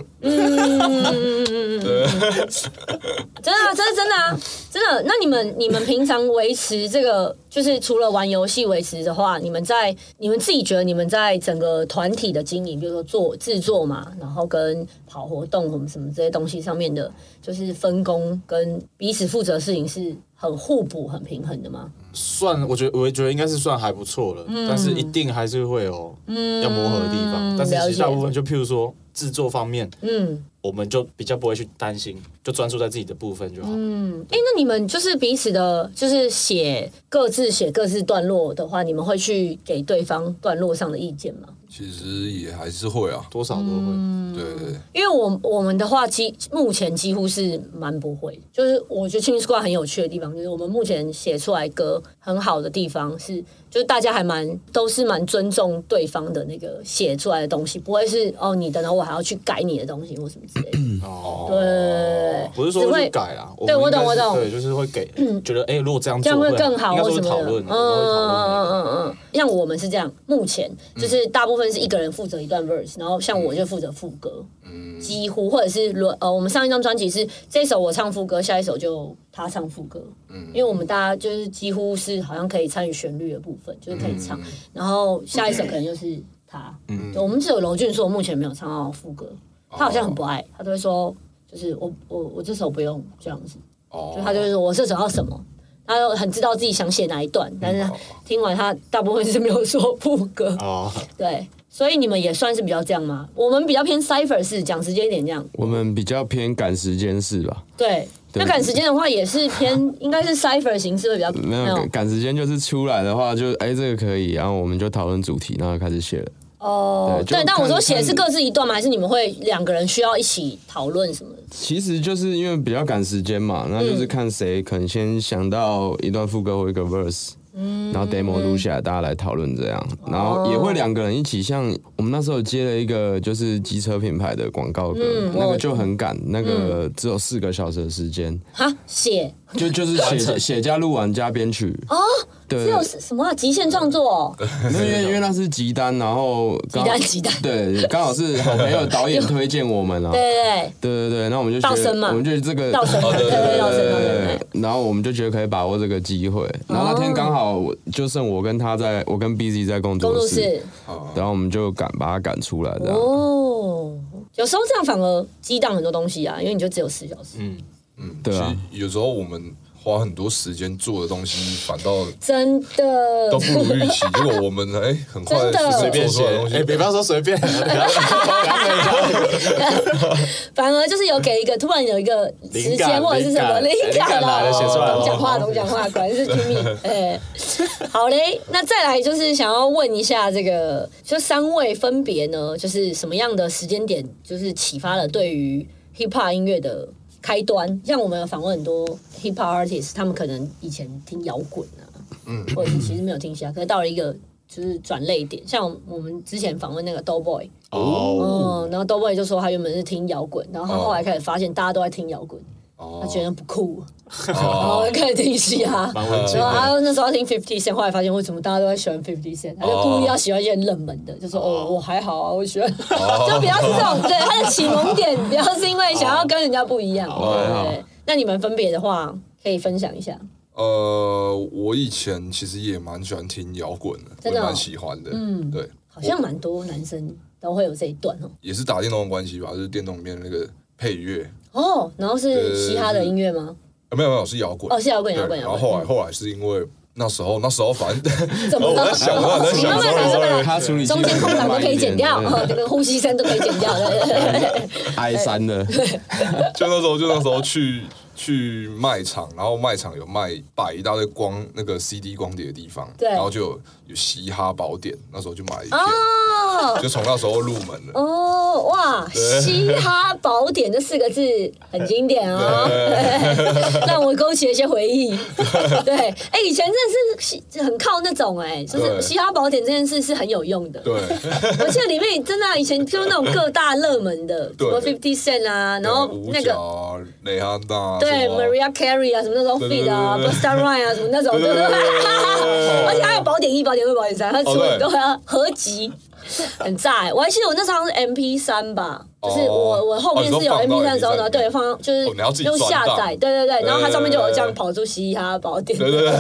[SPEAKER 1] 真的、啊， 真的，真的啊，真的。那你们，你们平常维持这个，就是除了玩游戏维持的话，你们在你们自己觉得你们在整个团体的经营，比如说做制作嘛，然后跟跑活动什么什么这些东西上面的，就是分工跟彼此负责的事情是很互补、很平衡的吗？
[SPEAKER 2] 算，我觉得我觉得应该是算还不错了，
[SPEAKER 1] 嗯
[SPEAKER 2] 但是一定还是会有要磨合的地方。但是
[SPEAKER 1] 了
[SPEAKER 2] 其
[SPEAKER 1] 解
[SPEAKER 2] 实大部分就譬如说制作方面，
[SPEAKER 1] 嗯，
[SPEAKER 2] 我们就比较不会去担心，就专注在自己的部分就好。
[SPEAKER 1] 哎、那你们就是彼此的，就是写各自写各自段落的话，你们会去给对方段落上的意见吗？
[SPEAKER 4] 其实也还是会啊。
[SPEAKER 2] 多少都会。
[SPEAKER 1] 嗯
[SPEAKER 4] 对对对。
[SPEAKER 1] 因为我我们的话，几目前几乎是蛮不会的。就是我觉得青 squad 很有趣的地方，就是我们目前写出来歌很好的地方是，就是大家还蛮都是蛮尊重对方的那个写出来的东西，不会是哦你的，然后我还要去改你的东西或什么之类的。
[SPEAKER 2] 哦，
[SPEAKER 1] 对，
[SPEAKER 2] 不是说
[SPEAKER 1] 只
[SPEAKER 2] 会
[SPEAKER 1] 会
[SPEAKER 2] 去改啦，
[SPEAKER 1] 对
[SPEAKER 2] 们应该
[SPEAKER 1] 我懂
[SPEAKER 2] 是
[SPEAKER 1] 我懂嗯
[SPEAKER 2] 对，就是会给，觉得哎、如果这样
[SPEAKER 1] 这
[SPEAKER 2] 做
[SPEAKER 1] 样会
[SPEAKER 2] 会
[SPEAKER 1] 更好
[SPEAKER 2] 应该
[SPEAKER 1] 或
[SPEAKER 2] 说
[SPEAKER 1] 什
[SPEAKER 2] 是
[SPEAKER 1] 么
[SPEAKER 2] 讨
[SPEAKER 1] 的。
[SPEAKER 2] 论，
[SPEAKER 1] 嗯
[SPEAKER 2] 我们会讨论啊
[SPEAKER 1] 嗯
[SPEAKER 2] 那个
[SPEAKER 1] 嗯嗯，像我们是这样，目前
[SPEAKER 2] 嗯
[SPEAKER 1] 就是大部分是一个人负责一段 verse，然后像我就负责副歌，
[SPEAKER 2] 嗯
[SPEAKER 1] 几乎或者是轮呃，我们上一张专辑是这首我唱副歌，下一首就他唱副歌，
[SPEAKER 2] 嗯
[SPEAKER 1] 因为我们大家就是几乎是好像可以参与旋律的部分，就是可以唱，
[SPEAKER 2] 嗯
[SPEAKER 1] 然后下一首可能就是他，对我们只有娄俊硕目前没有唱到副歌，他好像很
[SPEAKER 2] 哦
[SPEAKER 1] 不爱，他都会说就是我我我这首不用这样子，
[SPEAKER 4] 哦
[SPEAKER 5] 哦
[SPEAKER 1] 就他就会说我这首要什么。他就很知道自己想写哪一段，但
[SPEAKER 5] 嗯
[SPEAKER 1] 是听完他大部分是没有说副歌，
[SPEAKER 5] 啊
[SPEAKER 2] 哦，
[SPEAKER 1] 对，所以你们也算是比较这样吗？我们比较偏 cipher 式，讲时间一点这样，
[SPEAKER 5] 我们比较偏赶时间式吧，
[SPEAKER 1] 对。
[SPEAKER 5] 对
[SPEAKER 1] 那赶时间的话，也是 偏应该是 cipher 形式会比较
[SPEAKER 5] 没有赶赶时间就是出来的话就哎这个可以，然后我们就讨论主题，然后开始写了。
[SPEAKER 1] 哦，
[SPEAKER 5] 对就
[SPEAKER 1] 对。但我
[SPEAKER 5] 看
[SPEAKER 1] 说写是
[SPEAKER 5] 看
[SPEAKER 1] 各自一段吗？还是你们会两个人需要一起讨论什么的？
[SPEAKER 5] 其实就是因为比较赶时间嘛，那就是看谁可能先想到一段副歌或一个 verse，然后 demo 录下来，大家来讨论这样，然后也会两个人一起。像我们那时候接了一个就是机车品牌的广告歌，那个就很赶，那个只有四个小时的时间，
[SPEAKER 1] 哈，写
[SPEAKER 5] 就就是写写加录完加编曲哦，对
[SPEAKER 1] 只，有是什么啊？极限创作哦，
[SPEAKER 5] 没 有因为因为那是集单，然后集
[SPEAKER 1] 单集单
[SPEAKER 5] 对，刚好是好朋友导演推荐我们 啊，
[SPEAKER 1] 对对
[SPEAKER 5] 对对对，那我们就觉
[SPEAKER 1] 道
[SPEAKER 5] 得
[SPEAKER 1] 生嘛
[SPEAKER 5] 我们觉得这个
[SPEAKER 1] 对， 绕绳，对对对，哦绕绳，绕绳
[SPEAKER 5] 对，然后我们就觉得可以把握这个机会。然后那天刚好我就剩我跟他在，我跟 BZ 在工
[SPEAKER 1] 公
[SPEAKER 5] 作
[SPEAKER 1] 路
[SPEAKER 5] 室
[SPEAKER 1] 是，
[SPEAKER 5] 然后我们就赶把他赶出来，这样
[SPEAKER 1] 哦啊哦，有时候这样反而激荡很多东西啊，因为你就只有四小时。
[SPEAKER 2] 嗯，
[SPEAKER 4] 嗯，
[SPEAKER 5] 对啊
[SPEAKER 4] 其实有时候我们花很多时间做的东西，反倒
[SPEAKER 1] 真的
[SPEAKER 4] 都不如 预期。结果我们哎，很快
[SPEAKER 1] 真的
[SPEAKER 4] 就是
[SPEAKER 2] 随便
[SPEAKER 4] 做
[SPEAKER 2] 写
[SPEAKER 4] 出来的东，西
[SPEAKER 2] 哎，比方说随便，啊不要不要被人家
[SPEAKER 1] 反而就是有给一个突然有一个时间
[SPEAKER 2] 灵感
[SPEAKER 1] 或者是什么
[SPEAKER 2] 灵感
[SPEAKER 1] 感啊
[SPEAKER 2] 灵感来了写出来了
[SPEAKER 1] 懂讲话，懂讲话，果然是 Jimmy。哎，好嘞，那再来就是想要问一下这个，就三位分别呢，就是什么样的时间点，就是启发了对于 hip hop 音乐的开端？像我们有访问很多 hip hop artist，他们可能以前听摇滚啊，嗯，或者是其实没有听嘻哈，可是到了一个。就是转类点，像我们之前访问那个 Dough Boy，
[SPEAKER 2] 哦，
[SPEAKER 1] 嗯，然后 Doughboy 就说他原本是听摇滚，然后他后来开始发现大家都在听摇滚，
[SPEAKER 4] 哦
[SPEAKER 1] 他觉得不酷，然
[SPEAKER 4] 啊
[SPEAKER 1] 后就开始听嘻哈。
[SPEAKER 2] 蛮文静
[SPEAKER 1] 然后
[SPEAKER 2] 的。
[SPEAKER 1] 他那时候听 Fifty Cent，后来发现为什么大家都在喜欢 Fifty
[SPEAKER 4] 哦
[SPEAKER 1] Cent，他就故意要喜欢一些冷门的，就说哦我还好啊，我喜欢，
[SPEAKER 4] 哦
[SPEAKER 1] 就不要是这种，对他的启蒙点不要是因为想要跟人家不一样。
[SPEAKER 4] 哦啊
[SPEAKER 1] 对，那你们分别的话可以分享一下，
[SPEAKER 4] 呃，我以前其实也蛮喜欢听摇滚的，
[SPEAKER 1] 真的
[SPEAKER 4] 我也
[SPEAKER 1] 哦
[SPEAKER 4] 蛮喜欢的。嗯，对，
[SPEAKER 1] 好像蛮多男生都会有这一段哦。
[SPEAKER 4] 也是打电动的关系吧，就是电动里面那个配乐，
[SPEAKER 1] 哦，然后是嘻哈的音乐吗？
[SPEAKER 4] 啊，没有没有是摇滚
[SPEAKER 1] 哦，是摇滚，
[SPEAKER 4] 对
[SPEAKER 1] 摇滚，嗯
[SPEAKER 4] 然
[SPEAKER 1] 摇滚。
[SPEAKER 4] 后后来后来是因为那时候那时候反正
[SPEAKER 1] 怎么
[SPEAKER 4] 哦我
[SPEAKER 1] 了？
[SPEAKER 4] 在想我在想
[SPEAKER 1] 慢慢来，慢慢来。
[SPEAKER 5] 啊他处理器
[SPEAKER 1] 中间空档都可以剪掉，
[SPEAKER 5] 慢一点
[SPEAKER 1] 哦，这个呼吸声都可以剪掉。对对对对
[SPEAKER 5] i 三 的，
[SPEAKER 4] 就那时候就那时候去去卖场，然后卖场有卖摆一大堆光那个 CD 光碟的地方，
[SPEAKER 1] 对
[SPEAKER 4] 然后就有有嘻哈宝典，那时候就买了一片，
[SPEAKER 1] 哦
[SPEAKER 4] 就从那时候入门了。
[SPEAKER 1] 哦，哇，嘻哈宝典这四个字很经典哦，对 让我勾起了一些回忆。对，哎，以前真的是嘻很靠那种哎，就是
[SPEAKER 4] 对
[SPEAKER 1] 嘻哈宝典这件事是很有用的。
[SPEAKER 4] 对，
[SPEAKER 1] 我记得里面真的啊以前就是那种各大热门的，什
[SPEAKER 4] 对
[SPEAKER 1] 么 Fifty Cent 啊， 然后
[SPEAKER 4] 五
[SPEAKER 1] 那
[SPEAKER 4] 角
[SPEAKER 1] 个
[SPEAKER 4] 啊、蕾哈娜，
[SPEAKER 1] 对
[SPEAKER 4] 什么
[SPEAKER 1] Maria Carey 啊，什么那种 feed 啊
[SPEAKER 4] 对对对对
[SPEAKER 1] ，Busta Rhymes 啊，什么那种，对不对？ 而且还有宝典一、宝典二、宝典三，它出很多啊合
[SPEAKER 4] 哦
[SPEAKER 1] 集，很炸欸！我还记得我那时候好像是 MP 三吧，就是我
[SPEAKER 4] 哦
[SPEAKER 1] 我后面
[SPEAKER 4] 哦你说
[SPEAKER 1] 是有
[SPEAKER 4] 放到
[SPEAKER 1] MP 三的时候呢，
[SPEAKER 4] MP3
[SPEAKER 1] 对，放就是
[SPEAKER 4] 哦你要自己
[SPEAKER 1] 用下
[SPEAKER 4] 转档
[SPEAKER 1] 载，对对对，然后它上面就有这样
[SPEAKER 4] 对对对
[SPEAKER 1] 跑出嘻哈宝典。
[SPEAKER 4] 对对对，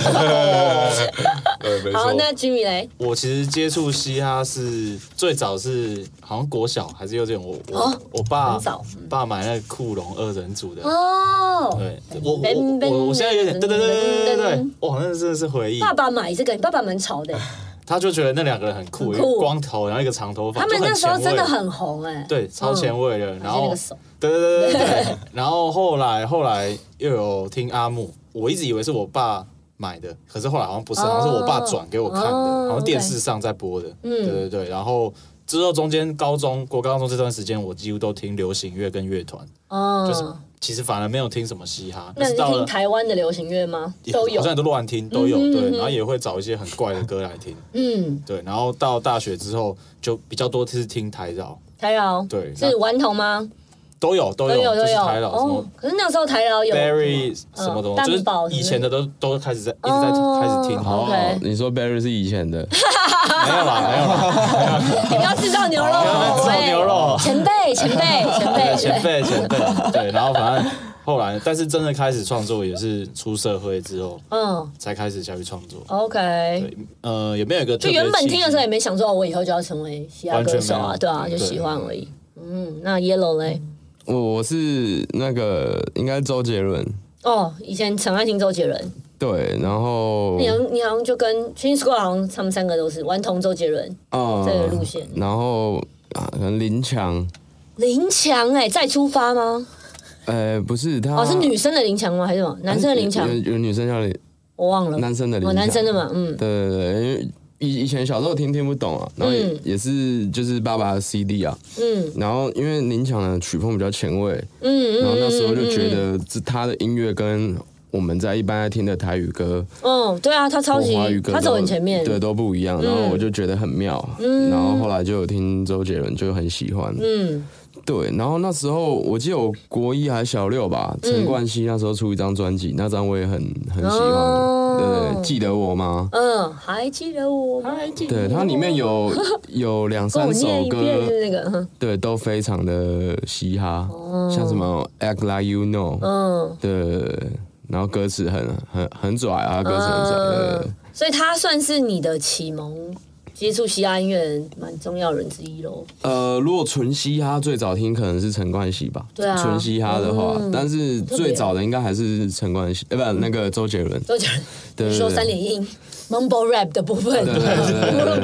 [SPEAKER 4] 对没
[SPEAKER 1] 好，
[SPEAKER 4] 错。
[SPEAKER 1] 那 Jimmy 嘞，
[SPEAKER 2] 我其实接触嘻哈是最早是好像国小还是幼稚园，我
[SPEAKER 1] 哦
[SPEAKER 2] 我我爸
[SPEAKER 1] 很早嗯
[SPEAKER 2] 爸买那个酷龙二人组的，
[SPEAKER 1] 哦，
[SPEAKER 2] 对我我我我现在有点对对对对对对对，哇，那真的是回忆。
[SPEAKER 1] 爸爸买这个，你爸爸蛮潮的
[SPEAKER 4] 哦
[SPEAKER 1] 欸，
[SPEAKER 2] 他就觉得那两个人很酷，
[SPEAKER 1] 很
[SPEAKER 2] 一
[SPEAKER 1] 酷
[SPEAKER 2] 个光头，然后一个长头发，
[SPEAKER 1] 他们
[SPEAKER 2] 就
[SPEAKER 1] 那时候
[SPEAKER 2] 前卫
[SPEAKER 1] 真的很红哎，
[SPEAKER 2] 对，超前卫的。然
[SPEAKER 1] 而且那
[SPEAKER 2] 后
[SPEAKER 1] 个手
[SPEAKER 2] 对对对对对， 然后后来后来又有听阿木，我一直以为是我爸买的，可是后来好像不是，
[SPEAKER 1] 哦
[SPEAKER 2] 好像是我爸转给我看的，
[SPEAKER 1] 哦
[SPEAKER 2] 好像电视上在播的。对对对，然后。之后中间高中、国高中这段时间，我几乎都听流行乐跟乐团，
[SPEAKER 1] 嗯，
[SPEAKER 2] 就是其实反而没有听什么嘻哈。
[SPEAKER 1] 那
[SPEAKER 2] 但
[SPEAKER 1] 你
[SPEAKER 2] 是
[SPEAKER 1] 是
[SPEAKER 2] 到
[SPEAKER 1] 听
[SPEAKER 2] 了
[SPEAKER 1] 台湾的流行乐吗？
[SPEAKER 2] 也
[SPEAKER 1] 都有
[SPEAKER 2] 好，像都乱听都
[SPEAKER 1] 嗯
[SPEAKER 2] 有
[SPEAKER 1] 哼嗯
[SPEAKER 2] 对
[SPEAKER 1] 哼，
[SPEAKER 2] 然后也会找一些很怪的歌来 听，
[SPEAKER 1] 嗯，
[SPEAKER 2] 对，然后到大学之后就比较多是听台饶，
[SPEAKER 1] 台饶
[SPEAKER 2] 对那
[SPEAKER 1] 是顽童吗？
[SPEAKER 2] 都有都
[SPEAKER 1] 都有
[SPEAKER 2] 有，
[SPEAKER 1] 都
[SPEAKER 2] 就是
[SPEAKER 1] 有
[SPEAKER 2] 台饶什
[SPEAKER 1] 哦
[SPEAKER 2] 么。
[SPEAKER 1] 可是那时候台饶有
[SPEAKER 2] Barry
[SPEAKER 1] 嗯
[SPEAKER 2] 什么东西，
[SPEAKER 1] 蛋堡
[SPEAKER 2] 就
[SPEAKER 1] 什么
[SPEAKER 2] 是以前的都都开始在一直在
[SPEAKER 1] 哦
[SPEAKER 2] 开始听，没
[SPEAKER 1] OK
[SPEAKER 5] 你说 Barry 是以前的，
[SPEAKER 2] 有啦没有啦，
[SPEAKER 1] 你不要制造牛 肉，
[SPEAKER 2] 哦要制造牛肉
[SPEAKER 1] 喂前辈前辈前辈
[SPEAKER 2] 前辈前辈，对，然后反正后来，但是真的开始创作也是出社会之后
[SPEAKER 1] 嗯
[SPEAKER 2] 才开始下去创作，
[SPEAKER 1] ，OK。
[SPEAKER 2] 对，呃，也没有一个
[SPEAKER 1] 就
[SPEAKER 2] 特别
[SPEAKER 1] 原本
[SPEAKER 2] 契机
[SPEAKER 1] 听的时候也没想说，哦我以后就要成为嘻哈歌手
[SPEAKER 2] 完全没
[SPEAKER 1] 啊，
[SPEAKER 2] 有
[SPEAKER 1] 对啊，就
[SPEAKER 2] 对
[SPEAKER 1] 喜欢而已。嗯，那 Yellow 嘞？
[SPEAKER 5] 我我是那个应该周杰伦，
[SPEAKER 1] 哦，以前很爱听周杰伦，
[SPEAKER 5] 对，然
[SPEAKER 2] 嗯
[SPEAKER 5] 后
[SPEAKER 1] 你好像你好像就跟 Chin Squad 好像他们三个都是顽童周杰伦、
[SPEAKER 5] 嗯
[SPEAKER 1] 这个路线。
[SPEAKER 5] 然后啊可能林强，
[SPEAKER 1] 林强哎，再出发吗？
[SPEAKER 5] 呃，不是他，
[SPEAKER 2] 啊
[SPEAKER 1] 哦，是女生的林强吗？还是什么？男生的林强？
[SPEAKER 5] 有有有女生叫林，
[SPEAKER 1] 我忘了。
[SPEAKER 5] 男生的林
[SPEAKER 1] 哦，
[SPEAKER 5] 强
[SPEAKER 1] 男生的嘛，嗯，
[SPEAKER 5] 对对对，因为以以前小时候听听不懂啊，然后也,、也是就是爸爸的 CD 啊，
[SPEAKER 1] 嗯，
[SPEAKER 5] 然后因为林强的曲风比较前卫，
[SPEAKER 1] 嗯
[SPEAKER 5] 然后那时候就觉得这他的音乐跟我们在一般在听的台语歌、
[SPEAKER 1] 哦，对啊，他超
[SPEAKER 5] 或
[SPEAKER 1] 级
[SPEAKER 5] 华语，歌都，
[SPEAKER 1] 他走很前面，嗯
[SPEAKER 5] 对，都不一样。然后我就觉得很妙，然后后来就有听周杰伦，就很喜欢。
[SPEAKER 1] 嗯，
[SPEAKER 5] 对，然后那时候我记得我国一还小六吧，
[SPEAKER 1] 嗯
[SPEAKER 5] 陈冠希那时候出一张专辑，那张我也很很喜欢。
[SPEAKER 1] 哦
[SPEAKER 5] 对，记得我吗？
[SPEAKER 1] 嗯，还记得我吗？
[SPEAKER 5] 对，它里 面有有两
[SPEAKER 1] 跟我
[SPEAKER 5] 三
[SPEAKER 1] 念
[SPEAKER 5] 首
[SPEAKER 1] 一遍
[SPEAKER 5] 歌，
[SPEAKER 1] 是那个，哼
[SPEAKER 5] 对，都非常的嘻哈，
[SPEAKER 1] 哦
[SPEAKER 5] 像什么《Act Like You Know》，
[SPEAKER 1] 嗯，
[SPEAKER 5] 对，然后歌
[SPEAKER 1] 嗯
[SPEAKER 5] 词很很很拽啊，歌词很拽，对对对
[SPEAKER 1] 所以他算是你的启蒙接触嘻哈音乐人蛮重要人之一喽。
[SPEAKER 5] 呃，如果纯嘻哈最早听可能是陈冠希吧，
[SPEAKER 1] 对啊嗯
[SPEAKER 5] 纯嘻哈的话，但是最早的应该还是陈冠希，呃，不，那个周杰伦，
[SPEAKER 1] 周杰伦
[SPEAKER 5] 对
[SPEAKER 1] 你说三连音 mumble rap 的部分，
[SPEAKER 5] 对 对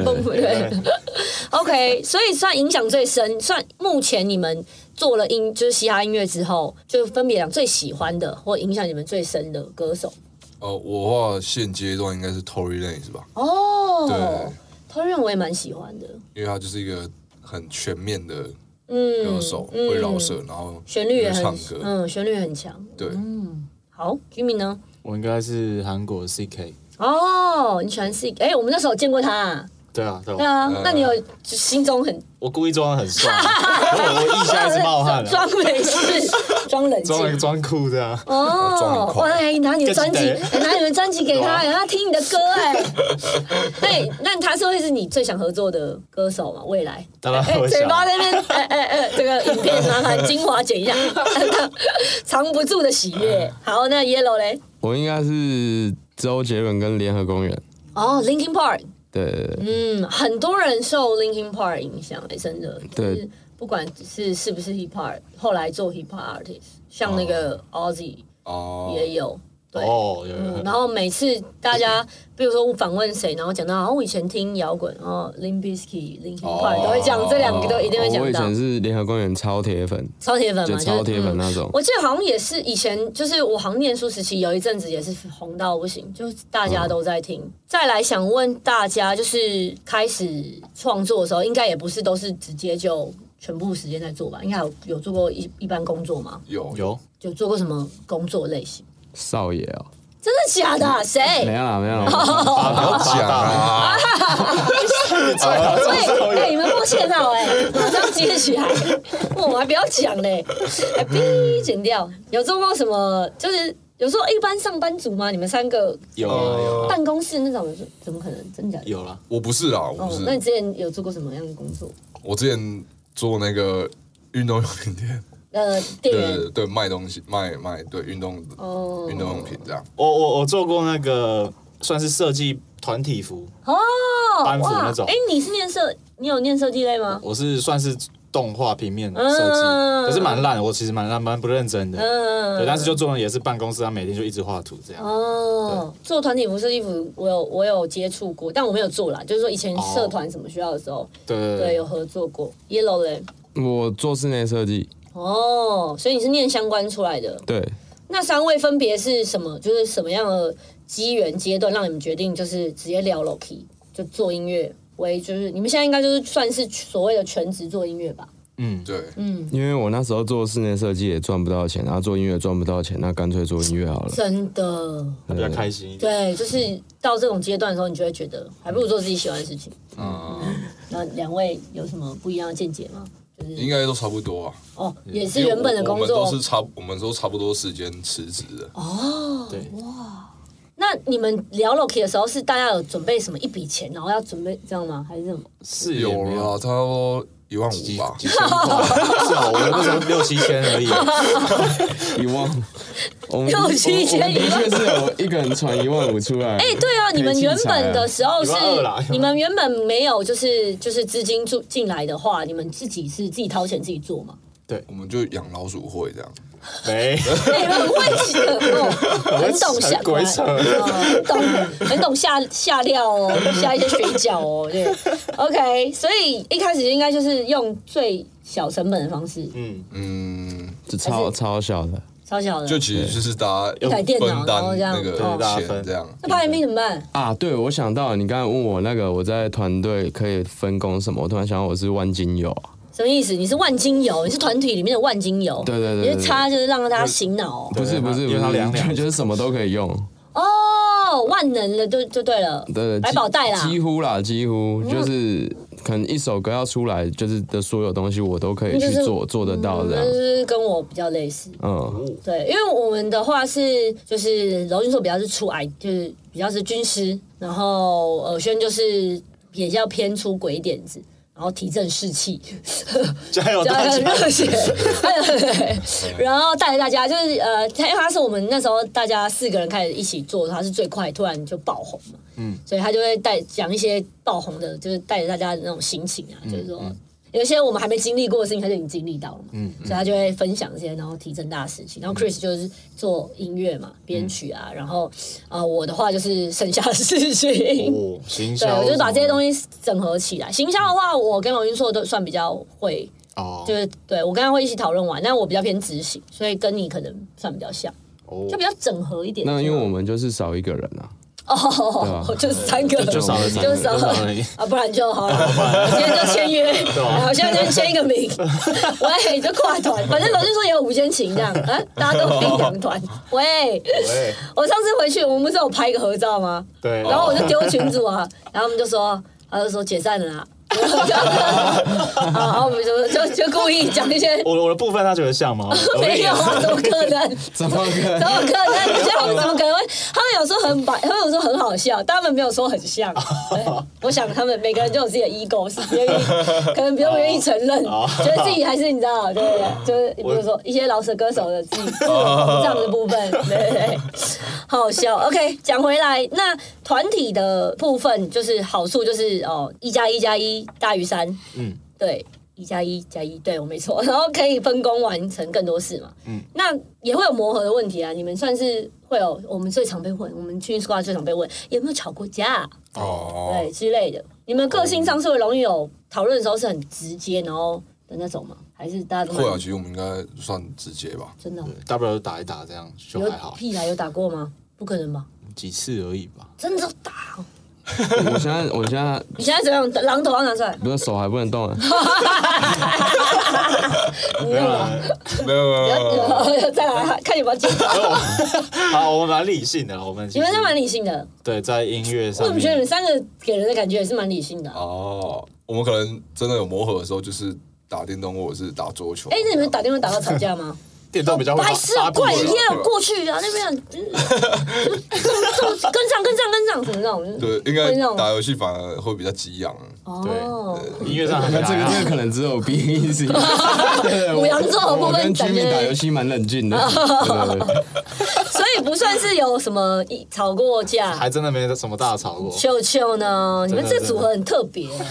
[SPEAKER 1] Mumble rap OK，所以算影响最深，算目前你们做了音就是嘻哈音乐之后，就分别讲最喜欢的或影响你们最深的歌手
[SPEAKER 4] 呃，我的话现阶段应该是 Tory Lanez 吧，
[SPEAKER 1] 哦
[SPEAKER 4] 对。
[SPEAKER 1] 他认我也蛮喜欢的，
[SPEAKER 4] 因为他就是一个很全面的歌手，会饶舌，然后
[SPEAKER 1] 嗯旋律也
[SPEAKER 4] 会
[SPEAKER 1] 很
[SPEAKER 4] 唱歌，
[SPEAKER 1] 嗯，旋律很强。
[SPEAKER 4] 对，
[SPEAKER 1] 好，Jimmy 呢？
[SPEAKER 2] 我应该是韩国 CK。
[SPEAKER 1] 哦，你喜欢 C？哎、我们那时候有见过他、啊，
[SPEAKER 2] 对啊，对
[SPEAKER 1] 对
[SPEAKER 2] 啊，
[SPEAKER 1] 啊，
[SPEAKER 4] 哦呃
[SPEAKER 1] 那你有就心中很
[SPEAKER 2] 我故意装得很帅，我我腋下一直冒汗啊，
[SPEAKER 1] 装没事，装 冷静
[SPEAKER 2] 装装酷这样。
[SPEAKER 1] 哦
[SPEAKER 4] 装一，块
[SPEAKER 1] 哇，哎拿你的 专辑，
[SPEAKER 2] 更值
[SPEAKER 1] 哎拿你的专辑给他，
[SPEAKER 2] 对
[SPEAKER 1] 哎，他听你的歌，哎， 哎，那他是会是你最想合作的歌手吗？未来？
[SPEAKER 2] 当然
[SPEAKER 1] 哎，
[SPEAKER 2] 会
[SPEAKER 1] 嘴
[SPEAKER 2] 想
[SPEAKER 1] 巴那边，哎哎哎，这个影片麻烦精华剪一下， 藏不住的喜悦。好，那 Yellow 嘞？
[SPEAKER 5] 我应该是周杰伦跟联合公园，
[SPEAKER 1] 哦，Linkin Park，
[SPEAKER 5] 对对对。
[SPEAKER 1] 嗯，很多人受 Linkin Park 影响，哎，真的，
[SPEAKER 5] 对
[SPEAKER 1] 就是不管是是不是 hip hop，后来做 hip hop artist，像那个 Ozzy
[SPEAKER 4] 哦，
[SPEAKER 1] 也有，对。
[SPEAKER 2] 哦，有
[SPEAKER 1] 嗯，
[SPEAKER 2] 有
[SPEAKER 1] 然后每次大家，比如说我访问谁，然后讲到，哦，我以前听摇滚，哦，Limbisky、Linkin Park 都会讲，这两个都一定会
[SPEAKER 5] 哦我
[SPEAKER 1] 讲
[SPEAKER 5] 以
[SPEAKER 1] 到
[SPEAKER 5] 前，是联合公园超铁粉，
[SPEAKER 1] 超铁粉
[SPEAKER 5] 就
[SPEAKER 1] 嘛，
[SPEAKER 5] 超铁粉
[SPEAKER 1] 嗯
[SPEAKER 5] 那种。
[SPEAKER 1] 我记得好像也是以前，就是我好像念书时期有一阵子也是红到不行，就是大家都在听。再来想问大家，就是开始创作的时候，应该也不是都是直接就全部时间在做吧？应该有有做过一一般工作吗？
[SPEAKER 4] 有
[SPEAKER 2] 有，
[SPEAKER 1] 有做过什么工作类型？
[SPEAKER 5] 少爷哦，
[SPEAKER 1] 真的假的啊、谁？
[SPEAKER 5] 没有啦，没有 啦，
[SPEAKER 4] 不要讲啊，
[SPEAKER 1] 喂，哎、你们默契很好哎、马上接起来，哦我还不要讲嘞，哎，哔，剪掉。有做过什么？就是有时候一般上班族吗？你们三个
[SPEAKER 2] 有啊有啊
[SPEAKER 1] 办公室那种，怎么可能？真的假的？
[SPEAKER 2] 有啦，
[SPEAKER 4] 我不是啦，我不
[SPEAKER 1] 哦，那你
[SPEAKER 4] 是，
[SPEAKER 1] 之前有做过什么样的工作？
[SPEAKER 4] 我之前做那个运动用品店，
[SPEAKER 1] 呃，店员
[SPEAKER 4] 对对，卖东西卖卖对运动
[SPEAKER 1] 哦，
[SPEAKER 4] 运动用品这样，
[SPEAKER 2] 我我我做过那个算是设计团体服，
[SPEAKER 1] 哦，
[SPEAKER 2] 班服
[SPEAKER 1] 哇
[SPEAKER 2] 那种
[SPEAKER 1] 哎、你是念设，你有念设计类吗？
[SPEAKER 2] 我是算是动画平面设计，
[SPEAKER 1] 嗯
[SPEAKER 2] 可是蛮烂的，我其实蛮烂蛮不认真的，
[SPEAKER 1] 嗯，
[SPEAKER 2] 对，但是就做的也是办公室，他每天就一直画图这样。
[SPEAKER 1] 哦，做团体服设计服，我有我有接触过，但我没有做啦。就是说以前社团什么需要的时候，
[SPEAKER 2] 对哦对
[SPEAKER 1] 对，
[SPEAKER 2] 对，
[SPEAKER 1] 有合作过。Yellow 嘞，
[SPEAKER 5] 我做室内设计，
[SPEAKER 1] 哦，所以你是念相关出来的。
[SPEAKER 5] 对，
[SPEAKER 1] 那三位分别是什么？就是什么样的机缘阶段让你们决定就是直接聊 Loki，就做音乐为就是你们现在应该就是算是所谓的全职做音乐吧？
[SPEAKER 2] 嗯，
[SPEAKER 4] 对，
[SPEAKER 5] 因为我那时候做室内设计也赚不到钱，然后做音乐也赚不到钱，那干脆做音乐好 了。
[SPEAKER 1] 真的，
[SPEAKER 4] 嗯
[SPEAKER 2] 比较开心一点。
[SPEAKER 1] 对，就是到这种阶段的时候，你就会觉得还不如做自己喜欢的事情。
[SPEAKER 4] 嗯，
[SPEAKER 1] 那两位有什么不一样的见解吗？就是
[SPEAKER 4] 应该都差不多啊，
[SPEAKER 1] 哦，也是原本的工
[SPEAKER 4] 因为我
[SPEAKER 1] 作
[SPEAKER 4] 我们都。是差，我们都差不多时间辞职的，
[SPEAKER 1] 哦
[SPEAKER 2] 对，
[SPEAKER 1] 那你们聊 Loki 的时候，是大家有准备什么一笔钱，然后要准备这样吗？还是什么？
[SPEAKER 2] 是也
[SPEAKER 4] 有
[SPEAKER 2] 没
[SPEAKER 4] 啦，
[SPEAKER 2] 有
[SPEAKER 4] 差不多一万
[SPEAKER 2] 几
[SPEAKER 4] 五吧，
[SPEAKER 2] 几千块， 是啊，我们那时候六七千而已。啊
[SPEAKER 5] 一万，我们
[SPEAKER 1] 六七千
[SPEAKER 5] 我们
[SPEAKER 1] 一
[SPEAKER 5] 的
[SPEAKER 1] 万
[SPEAKER 5] 确是有一个人传一万五出来。哎
[SPEAKER 1] 哎、对啊，你们原本的时候是
[SPEAKER 2] 一万二啦，
[SPEAKER 1] 你们原本没有就是就是资金注进来的话，你们自己是自己掏钱自己做嘛？
[SPEAKER 4] 我们就养老鼠会这样，
[SPEAKER 2] 没，
[SPEAKER 1] 哎你们很会扯哦，很懂下
[SPEAKER 2] 很鬼扯
[SPEAKER 1] 哦很懂很懂下下料哦，下一些水饺哦，对，OK，所以一开始应该就是用最小成本的方式，
[SPEAKER 2] 嗯，
[SPEAKER 4] 嗯，
[SPEAKER 5] 这超超小的，
[SPEAKER 1] 超小的，
[SPEAKER 4] 就其实就是大家
[SPEAKER 1] 一台电脑
[SPEAKER 4] 分
[SPEAKER 1] 然后
[SPEAKER 4] 担
[SPEAKER 1] 这样哦
[SPEAKER 4] 那个
[SPEAKER 1] 对
[SPEAKER 2] 大家
[SPEAKER 4] 钱
[SPEAKER 2] 分
[SPEAKER 4] 这样，
[SPEAKER 1] 那拍 MV 怎么办？
[SPEAKER 5] 啊，对，我想到了你刚才问我那个，我在团队可以分工什么？我突然想到我是万金油啊，
[SPEAKER 1] 什么意思？你是万金油，你是团体里面的万金油，
[SPEAKER 5] 对对对
[SPEAKER 1] 你
[SPEAKER 5] 对
[SPEAKER 1] 是插就是让大家醒脑哦
[SPEAKER 5] 不是
[SPEAKER 2] 对
[SPEAKER 5] 不是
[SPEAKER 2] 因为它
[SPEAKER 5] 不是，
[SPEAKER 2] 凉凉
[SPEAKER 5] 就就是什么都可以用，
[SPEAKER 1] 哦，万能的就就对了，
[SPEAKER 5] 对对，
[SPEAKER 1] 百宝袋啦，嗯
[SPEAKER 5] 几乎啦，几乎就是可能一首歌要出来，就是的所有东西我都可以
[SPEAKER 1] 那就是
[SPEAKER 5] 去做，做得到哦这
[SPEAKER 1] 那就
[SPEAKER 5] 样，
[SPEAKER 1] 是跟我比较类似，
[SPEAKER 5] 嗯，
[SPEAKER 1] 对，因为我们的话是就是柔君说比较是出癌，就是呃比较是军师，然后尔轩就是比较偏出鬼点子，然后提振士气，
[SPEAKER 2] 加油
[SPEAKER 1] 加
[SPEAKER 2] 大
[SPEAKER 1] 很
[SPEAKER 2] 家！
[SPEAKER 1] 热血，对，然后带着大家就是呃，他因为他是我们那时候大家四个人开始一起做，他是最快突然就爆红嘛，嗯，所以他就会带讲一些爆红的，就是带着大家的那种心情啊，
[SPEAKER 2] 嗯
[SPEAKER 1] 就是说。有一些我们还没经历过的事情，他就已经经历到了嘛，
[SPEAKER 2] 嗯
[SPEAKER 1] 所以他就会分享这些，然后提振大家士气。然后 Chris 就是做音乐嘛，编曲啊，
[SPEAKER 2] 嗯
[SPEAKER 1] 然后啊、呃我的话就是剩下的事情，
[SPEAKER 2] 哦，行
[SPEAKER 1] 对
[SPEAKER 2] 销，
[SPEAKER 1] 我就把这些
[SPEAKER 2] 西
[SPEAKER 1] 东西整合起来。行销的话，我跟王云硕都算比较会
[SPEAKER 2] 哦，
[SPEAKER 1] 就是对我刚刚会一起讨论完，但我比较偏执行，所以跟你可能算比较像，
[SPEAKER 2] 哦
[SPEAKER 1] 就比较整合一点。
[SPEAKER 5] 那因为我们就是少一个人 啊，
[SPEAKER 1] 哦，
[SPEAKER 5] 对啊
[SPEAKER 1] 就是三个，
[SPEAKER 2] 就少了三个
[SPEAKER 1] 就少
[SPEAKER 2] 就少
[SPEAKER 1] 了
[SPEAKER 2] 了一
[SPEAKER 1] 啊，不然就好了，我今天就签约，
[SPEAKER 2] 啊
[SPEAKER 1] 然后现在就签一个名，喂，就跨团，反正老师说也有五间情这样啊，大家都可以两团。喂，
[SPEAKER 2] 对
[SPEAKER 1] 我上次回去，我们不是有拍一个合照吗？
[SPEAKER 2] 对，
[SPEAKER 1] 然后我就丢群主啊，然后他们就说，他就说解散了啊 啦。然后我们就就就故意讲一些
[SPEAKER 2] 哦我的我的部分他觉得像 吗？我跟
[SPEAKER 1] 没
[SPEAKER 2] 你
[SPEAKER 1] 有啊，怎么可 能？
[SPEAKER 5] 怎么可
[SPEAKER 1] 怎么可能？你觉得他们怎么可能会？他们有说很白，他们有说很好笑，但他们没有说很 像。对我想他们每个人都有自己的 ego，是不愿 意，可能比较不愿意承认，
[SPEAKER 2] 哦
[SPEAKER 1] 觉得自己还是你知道，对对，就是比如说一些老舌歌手的自己自我膨胀的部 分，对对对，好好笑。OK，讲回来，那团体的部分就是好处就是哦，一加一加一大于三，
[SPEAKER 2] 嗯，
[SPEAKER 1] 对，一加一加一，对我没错，然后可以分工完成更多事嘛。嗯，那也会有磨合的问题啊。你们算是会有，我们最常被问，我们去 squad 最常被问有没有吵过架、
[SPEAKER 4] 哦，
[SPEAKER 1] 对之类的。你们个性上是会容易有讨论的时候是很直接，然后的那种吗？还是大家都
[SPEAKER 4] 会
[SPEAKER 1] 蛮
[SPEAKER 4] 啊，其实我们应该算直接吧。
[SPEAKER 1] 真的哦、
[SPEAKER 2] 大不了就打一打这样就还
[SPEAKER 1] 有
[SPEAKER 2] 好，
[SPEAKER 1] 屁啊？有打过吗？不可能吧？
[SPEAKER 2] 几次而已吧。
[SPEAKER 1] 真的打、哦？
[SPEAKER 5] 我现在我现在
[SPEAKER 1] 你现在怎样？狼头要拿出来？
[SPEAKER 5] 不是手还不能动啊，
[SPEAKER 2] 没有啦，
[SPEAKER 4] 没有没有没有，
[SPEAKER 1] 再来看有没有解 答。
[SPEAKER 2] 哦好，我们蛮理性的啦，我们其
[SPEAKER 1] 你
[SPEAKER 2] 实
[SPEAKER 1] 们是蛮理性 的，
[SPEAKER 2] 对在音乐
[SPEAKER 1] 我
[SPEAKER 2] 上
[SPEAKER 1] 怎么觉得你
[SPEAKER 2] 面
[SPEAKER 1] 们三个给人的感觉也是蛮理性的啊、
[SPEAKER 4] 哦，我们可能真的有磨合的时候，就是打电动或者是打桌球。
[SPEAKER 1] 哎、那你们打电话打到吵架吗？
[SPEAKER 2] 电动比较会
[SPEAKER 1] 白痴
[SPEAKER 2] 发，
[SPEAKER 1] 怪
[SPEAKER 2] 发
[SPEAKER 1] 你
[SPEAKER 2] 脾
[SPEAKER 1] 一
[SPEAKER 2] 气
[SPEAKER 1] 定要过去啊！那边很嗯 嗯嗯跟上跟上跟上什么那种，
[SPEAKER 4] 对，应
[SPEAKER 1] 会
[SPEAKER 4] 该
[SPEAKER 1] 那种
[SPEAKER 4] 打游戏反而会比较啊激昂。
[SPEAKER 1] 哦。
[SPEAKER 2] 音乐上很
[SPEAKER 5] 那
[SPEAKER 2] 难
[SPEAKER 5] 这个这个可能只有 B E C。对
[SPEAKER 1] 母羊座的部
[SPEAKER 5] 我
[SPEAKER 1] 分
[SPEAKER 5] 跟
[SPEAKER 1] 感
[SPEAKER 5] 居民
[SPEAKER 1] 觉
[SPEAKER 5] 打游戏蛮 冷静的，对对对
[SPEAKER 1] 所以不算是有什么一吵过架。
[SPEAKER 2] 还真的没什么大吵过。
[SPEAKER 1] 秀秀呢？你
[SPEAKER 2] 真的
[SPEAKER 1] 们这组合很特别啊，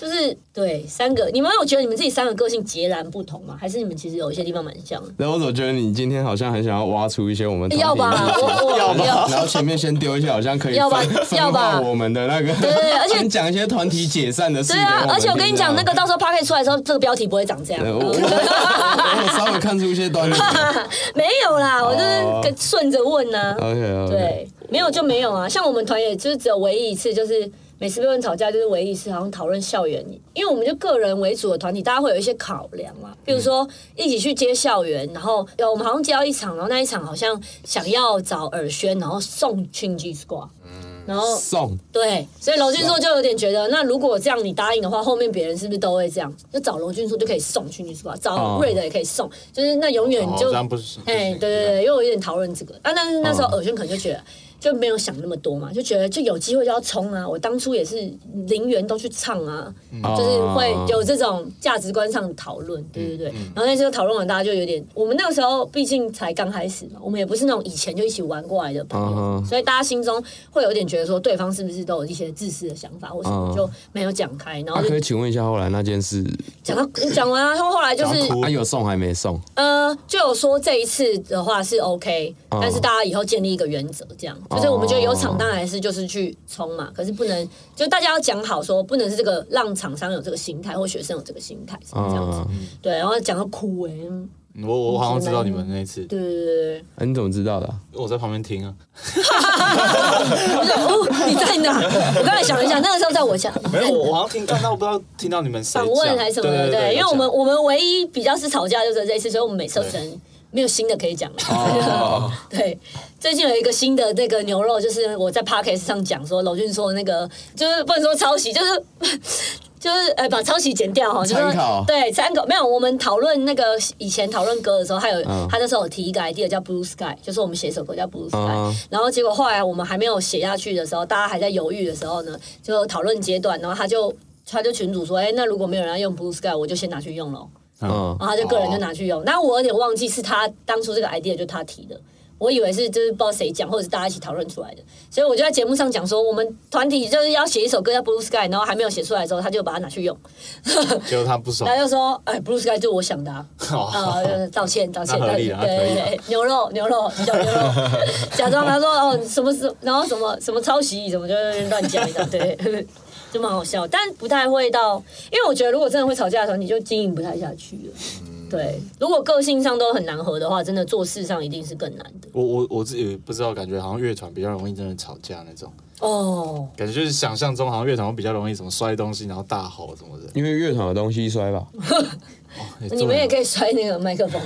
[SPEAKER 1] 就是对三个，你们有觉得你们自己三个个性截然不同吗？还是你们其实有一些地方蛮像的？
[SPEAKER 5] 然后我总觉得你今天好像很想要挖出一些我们团体
[SPEAKER 1] 要吧
[SPEAKER 5] 的意，见
[SPEAKER 1] 我我要
[SPEAKER 5] 然后前面先丢一些，好像可以
[SPEAKER 1] 要吧
[SPEAKER 5] 分分
[SPEAKER 1] 要吧
[SPEAKER 5] 化我们的那个，
[SPEAKER 1] 对对而且
[SPEAKER 5] 先讲一些团体解散的事。
[SPEAKER 1] 对
[SPEAKER 5] 给
[SPEAKER 1] 啊，
[SPEAKER 5] 们
[SPEAKER 1] 而且我跟你
[SPEAKER 5] 听
[SPEAKER 1] 讲，那
[SPEAKER 5] 这
[SPEAKER 1] 个
[SPEAKER 5] 样。
[SPEAKER 1] 到时候 p 开出来的时候，这个标题不会长这样。
[SPEAKER 5] 对我我我我稍微看出一些端倪。
[SPEAKER 1] 没有啦，我就是跟顺着问啊呐、
[SPEAKER 5] OK OK，，
[SPEAKER 1] 对，没有就没有啊。像我们团也就是只有唯一一次，就是每次被问吵架，就是唯一一次，好像讨论校园，因为我们就个人为主的团体，大家会有一些考量
[SPEAKER 2] 嗯
[SPEAKER 1] 嘛。比如说一起去接校园，然后有我们好像接到一场，然后那一场好像想要找尔轩，然后送 Change Squad，然
[SPEAKER 2] 嗯
[SPEAKER 1] 后
[SPEAKER 5] 送
[SPEAKER 1] 对，所以娄俊硕就有点觉得，那如果这样你答应的话，后面别人是不是都会这样？就找娄俊硕就可以送去女主吧，找瑞的也可以送，就是那永远
[SPEAKER 2] 哦
[SPEAKER 1] 就
[SPEAKER 2] 这样不行不行
[SPEAKER 1] 哎，对对对，因为我有点讨论这个啊，但是那时候尔轩可能就觉得。就没有想那么多嘛，就觉得就有机会就要冲啊！我当初也是零元都去唱啊，就是会有这种价值观上的讨论，对对对。然后那时候讨论完，大家就有点，我们那个时候毕竟才刚开始嘛，我们也不是那种以前就一起玩过来的朋友，
[SPEAKER 5] 嗯哼
[SPEAKER 1] 所以大家心中会有点觉得说，对方是不是都有一些自私的想法，或什么
[SPEAKER 5] 嗯
[SPEAKER 1] 就没有讲开，然后
[SPEAKER 5] 啊，
[SPEAKER 1] 就
[SPEAKER 5] 可以请问一下后来那件事
[SPEAKER 1] 讲到讲完啊，然后后来就是
[SPEAKER 2] 讲哭
[SPEAKER 5] 啊有送还没送？
[SPEAKER 1] 呃，就有说这一次的话是 OK，、
[SPEAKER 5] 哦
[SPEAKER 1] 但是大家以后建立一个原则，这样就是我们觉得有厂当然还是就是去冲嘛，可是不能就大家要讲好说，不能是这个让厂商有这个心态或学生有这个心态是这样子，嗯
[SPEAKER 5] 啊，
[SPEAKER 1] 对，然后讲到哭哎、嗯
[SPEAKER 2] 我我好像知道你们那一次，
[SPEAKER 1] 对对对对对。
[SPEAKER 5] 啊你怎么知道的啊？
[SPEAKER 2] 我在旁边听啊。
[SPEAKER 1] 我想哦，你在哪？我刚才想了一下，那个时候在我家，
[SPEAKER 2] 没有，我我好像听，但但我不知道听到你们谁
[SPEAKER 1] 访问还是什么的，
[SPEAKER 2] 对
[SPEAKER 1] 对，因为我们
[SPEAKER 2] 有
[SPEAKER 1] 我们唯一比较是吵架就是这一次，所以我们每次都只能没有新的可以讲
[SPEAKER 2] 哦
[SPEAKER 1] 了。 对，最近有一个新的那个牛肉，就是我在 podcast 上讲说，娄俊说那个就是不能说抄袭，就是就是呃把抄袭剪掉哈，就是说
[SPEAKER 5] 参考
[SPEAKER 1] 对参考没有。我们讨论那个以前讨论歌的时候，还有
[SPEAKER 5] 嗯
[SPEAKER 1] 他那时候有提一个 idea 叫 Blue Sky，就是我们写一首歌叫 Blue Sky，
[SPEAKER 5] 嗯
[SPEAKER 1] 然后结果后来我们还没有写下去的时候，大家还在犹豫的时候呢，就讨论阶段，然后他就他就群主说，哎、那如果没有人要用 Blue Sky，我就先拿去用咯。
[SPEAKER 5] 嗯，
[SPEAKER 1] 然后他就个人就拿去用。那我有点忘记是他当初这个 idea 就他提的，我以为是就是不知道谁讲，或者是大家一起讨论出来的。所以我就在节目上讲说，我们团体就是要写一首歌叫 Blue Sky，然后还没有写出来之后，他就把它拿去用，
[SPEAKER 2] 嗯结果他不爽哦
[SPEAKER 1] 他，就说，哎，Blue Sky 就我想的啊，啊、呃道歉道歉，
[SPEAKER 2] 那合
[SPEAKER 1] 对
[SPEAKER 2] 理
[SPEAKER 1] 对
[SPEAKER 2] 啦那合理啦啊
[SPEAKER 1] 对，牛肉 牛肉小 牛肉，假装他说哦什么什么，然后什么什么抄袭什么就乱讲一通，对。 就蛮好笑，但不太会到，因为我觉得如果真的会吵架的时候，你就经营不太下去了。
[SPEAKER 2] 嗯
[SPEAKER 1] 对，如果个性上都很难合的话，真的做事上一定是更难的。
[SPEAKER 2] 我我我自己不知道，感觉好像乐团比较容易真的吵架那种，
[SPEAKER 1] 哦，
[SPEAKER 2] 感觉就是想象中好像乐团会比较容易什么摔东西，然后大吼什么的。
[SPEAKER 5] 因为乐团的东西摔吧，
[SPEAKER 2] 哎
[SPEAKER 1] 你们也可
[SPEAKER 2] 对
[SPEAKER 1] 以摔那个麦克风。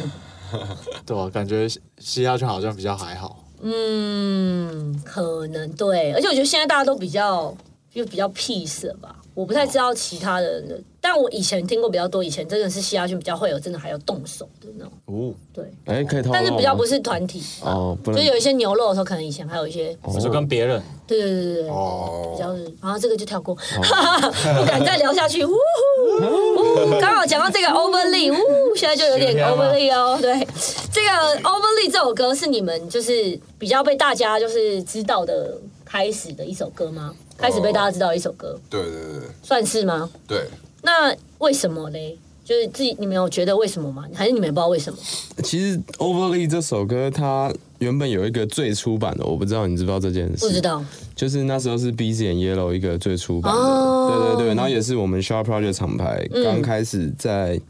[SPEAKER 2] 对吧？感觉嘻嘻哈圈好像比较还好，
[SPEAKER 1] 嗯，可能对，而且我觉得现在大家都比较就比较 peace 了吧，我不太知道其他人的，但我以前听过比较多，以前真的是嘻哈圈比较会有真的还要动手的那种，
[SPEAKER 2] 哦，
[SPEAKER 1] 对，
[SPEAKER 5] 哎，可以套。
[SPEAKER 1] 但是比较不是团体。
[SPEAKER 5] 哦，不
[SPEAKER 1] 就
[SPEAKER 5] 能
[SPEAKER 1] 有一些牛肉的时候，可能以前还有一些，
[SPEAKER 2] 我说跟别人
[SPEAKER 1] 对对对对对，
[SPEAKER 2] 哦，
[SPEAKER 1] 比较是，然后这个就跳过， 不敢再聊下去。呜呼，呜刚好讲到这个 Overly，呜，现在就有点
[SPEAKER 2] 学跳吗
[SPEAKER 1] Overly 哦。对，这个 Overly 这首歌是你们就是比较被大家就是知道的开始的一首歌吗？开始被大家知道的一首歌，
[SPEAKER 4] 对对对对
[SPEAKER 1] 算是吗？
[SPEAKER 4] 对，
[SPEAKER 1] 那为什么嘞？就是自己你们有觉得为什么吗？还是你们也不知道为什么？
[SPEAKER 5] 其实《Overly》这首歌，它原本有一个最初版的，我不知道你知不知道这件事？
[SPEAKER 1] 不知，道。
[SPEAKER 5] 就是那时候是 b z and Yellow 一个最初版的，
[SPEAKER 1] 哦嗯
[SPEAKER 5] 对对对，然后也是我们 Sharp Project 厂牌刚开始在、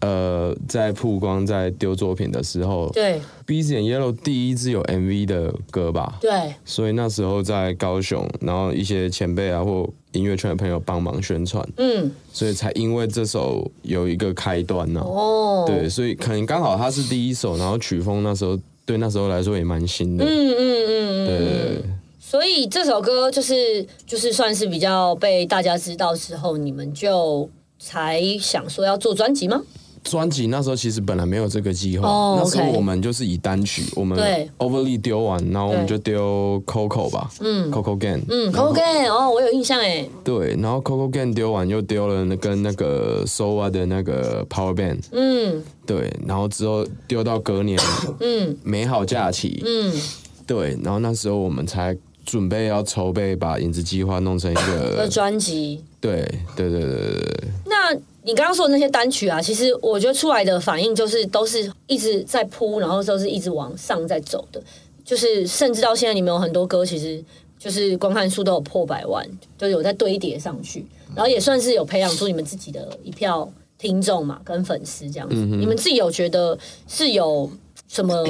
[SPEAKER 5] 呃在曝光在丢作品的时候
[SPEAKER 1] 对
[SPEAKER 5] b z and Yellow 第一支有 MV 的歌吧，
[SPEAKER 1] 对，
[SPEAKER 5] 所以那时候在高雄，然后一些前辈啊或音乐圈的朋友帮忙宣传，
[SPEAKER 1] 嗯，
[SPEAKER 5] 所以才因为这首有一个开端呢、
[SPEAKER 1] 哦，
[SPEAKER 5] 对，所以可能刚好它是第一首，然后曲风那时候对那时候来说也蛮新的，
[SPEAKER 1] 嗯嗯嗯嗯，
[SPEAKER 5] 对对对。
[SPEAKER 1] 所以这首歌就是就是算是比较被大家知道之后，你们就才想说要做专辑吗？
[SPEAKER 5] 专辑那时候其实本来没有这个计划
[SPEAKER 1] 哦
[SPEAKER 5] 那时候
[SPEAKER 1] OK
[SPEAKER 5] 我们就是以单曲，我们
[SPEAKER 1] 对
[SPEAKER 5] Overly 丢完，然后我们就丢 Coco 吧，嗯，Coco Gang，
[SPEAKER 1] 嗯，Coco Gang 哦，我有印象哎，
[SPEAKER 5] 对，然后 Coco Gang 丢完又丢了那跟那个 Sova 的那个 Power Band，
[SPEAKER 1] 嗯
[SPEAKER 5] 对，然后之后丢到隔年，
[SPEAKER 1] 嗯
[SPEAKER 5] 美好假期，
[SPEAKER 1] 嗯，
[SPEAKER 5] 对，然后那时候我们才准备要筹备把影子计划弄成一
[SPEAKER 1] 的
[SPEAKER 5] 个，
[SPEAKER 1] 专辑。
[SPEAKER 5] 对对对对对对，
[SPEAKER 1] 那你刚刚说的那些单曲啊，其实我觉得出来的反应就是都是一直在铺，然后都是一直往上在走的，就是甚至到现在，你们有很多歌其实就是观看数都有破百万，就有在堆叠上去，然后也算是有培养出你们自己的一票听众嘛，跟粉丝这样子。你们自己有觉得是有什么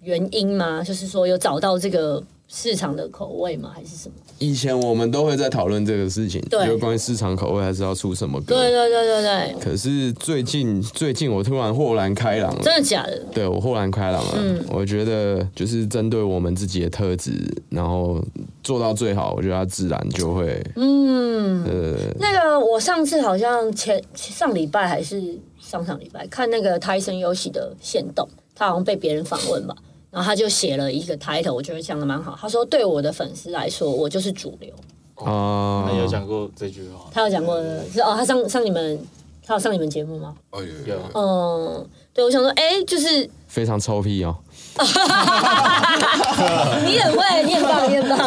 [SPEAKER 1] 原因吗？就是说有找到这个市场的口味吗？还是什么？
[SPEAKER 5] 以前我们都会在讨论这个事情，
[SPEAKER 1] 对
[SPEAKER 5] 就关于市场口味还是要出什么歌，
[SPEAKER 1] 对对对对对，
[SPEAKER 5] 可是最近最近我突然豁然开朗了，
[SPEAKER 1] 真的假的？
[SPEAKER 5] 对我豁然开朗了。
[SPEAKER 1] 嗯
[SPEAKER 5] 我觉得就是针对我们自己的特质，然后做到最好，我觉得它自然就会，嗯，呃，
[SPEAKER 1] 那个我上次好像前上礼拜还是上上礼拜看那个泰森游戏的线动，他好像被别人访问吧，然后他就写了一个 title，我觉得讲的蛮好。他说对我的粉丝来说，我就是主流。
[SPEAKER 5] 啊
[SPEAKER 2] 他有讲过这句话，
[SPEAKER 1] 他有讲过的是哦，他上上你们他有上你们节目吗？
[SPEAKER 4] 哦有
[SPEAKER 2] 有
[SPEAKER 4] 有有
[SPEAKER 1] 嗯，对，我想说，哎，就是
[SPEAKER 5] 非常臭屁哦，
[SPEAKER 1] 你很会，你很棒，你很棒。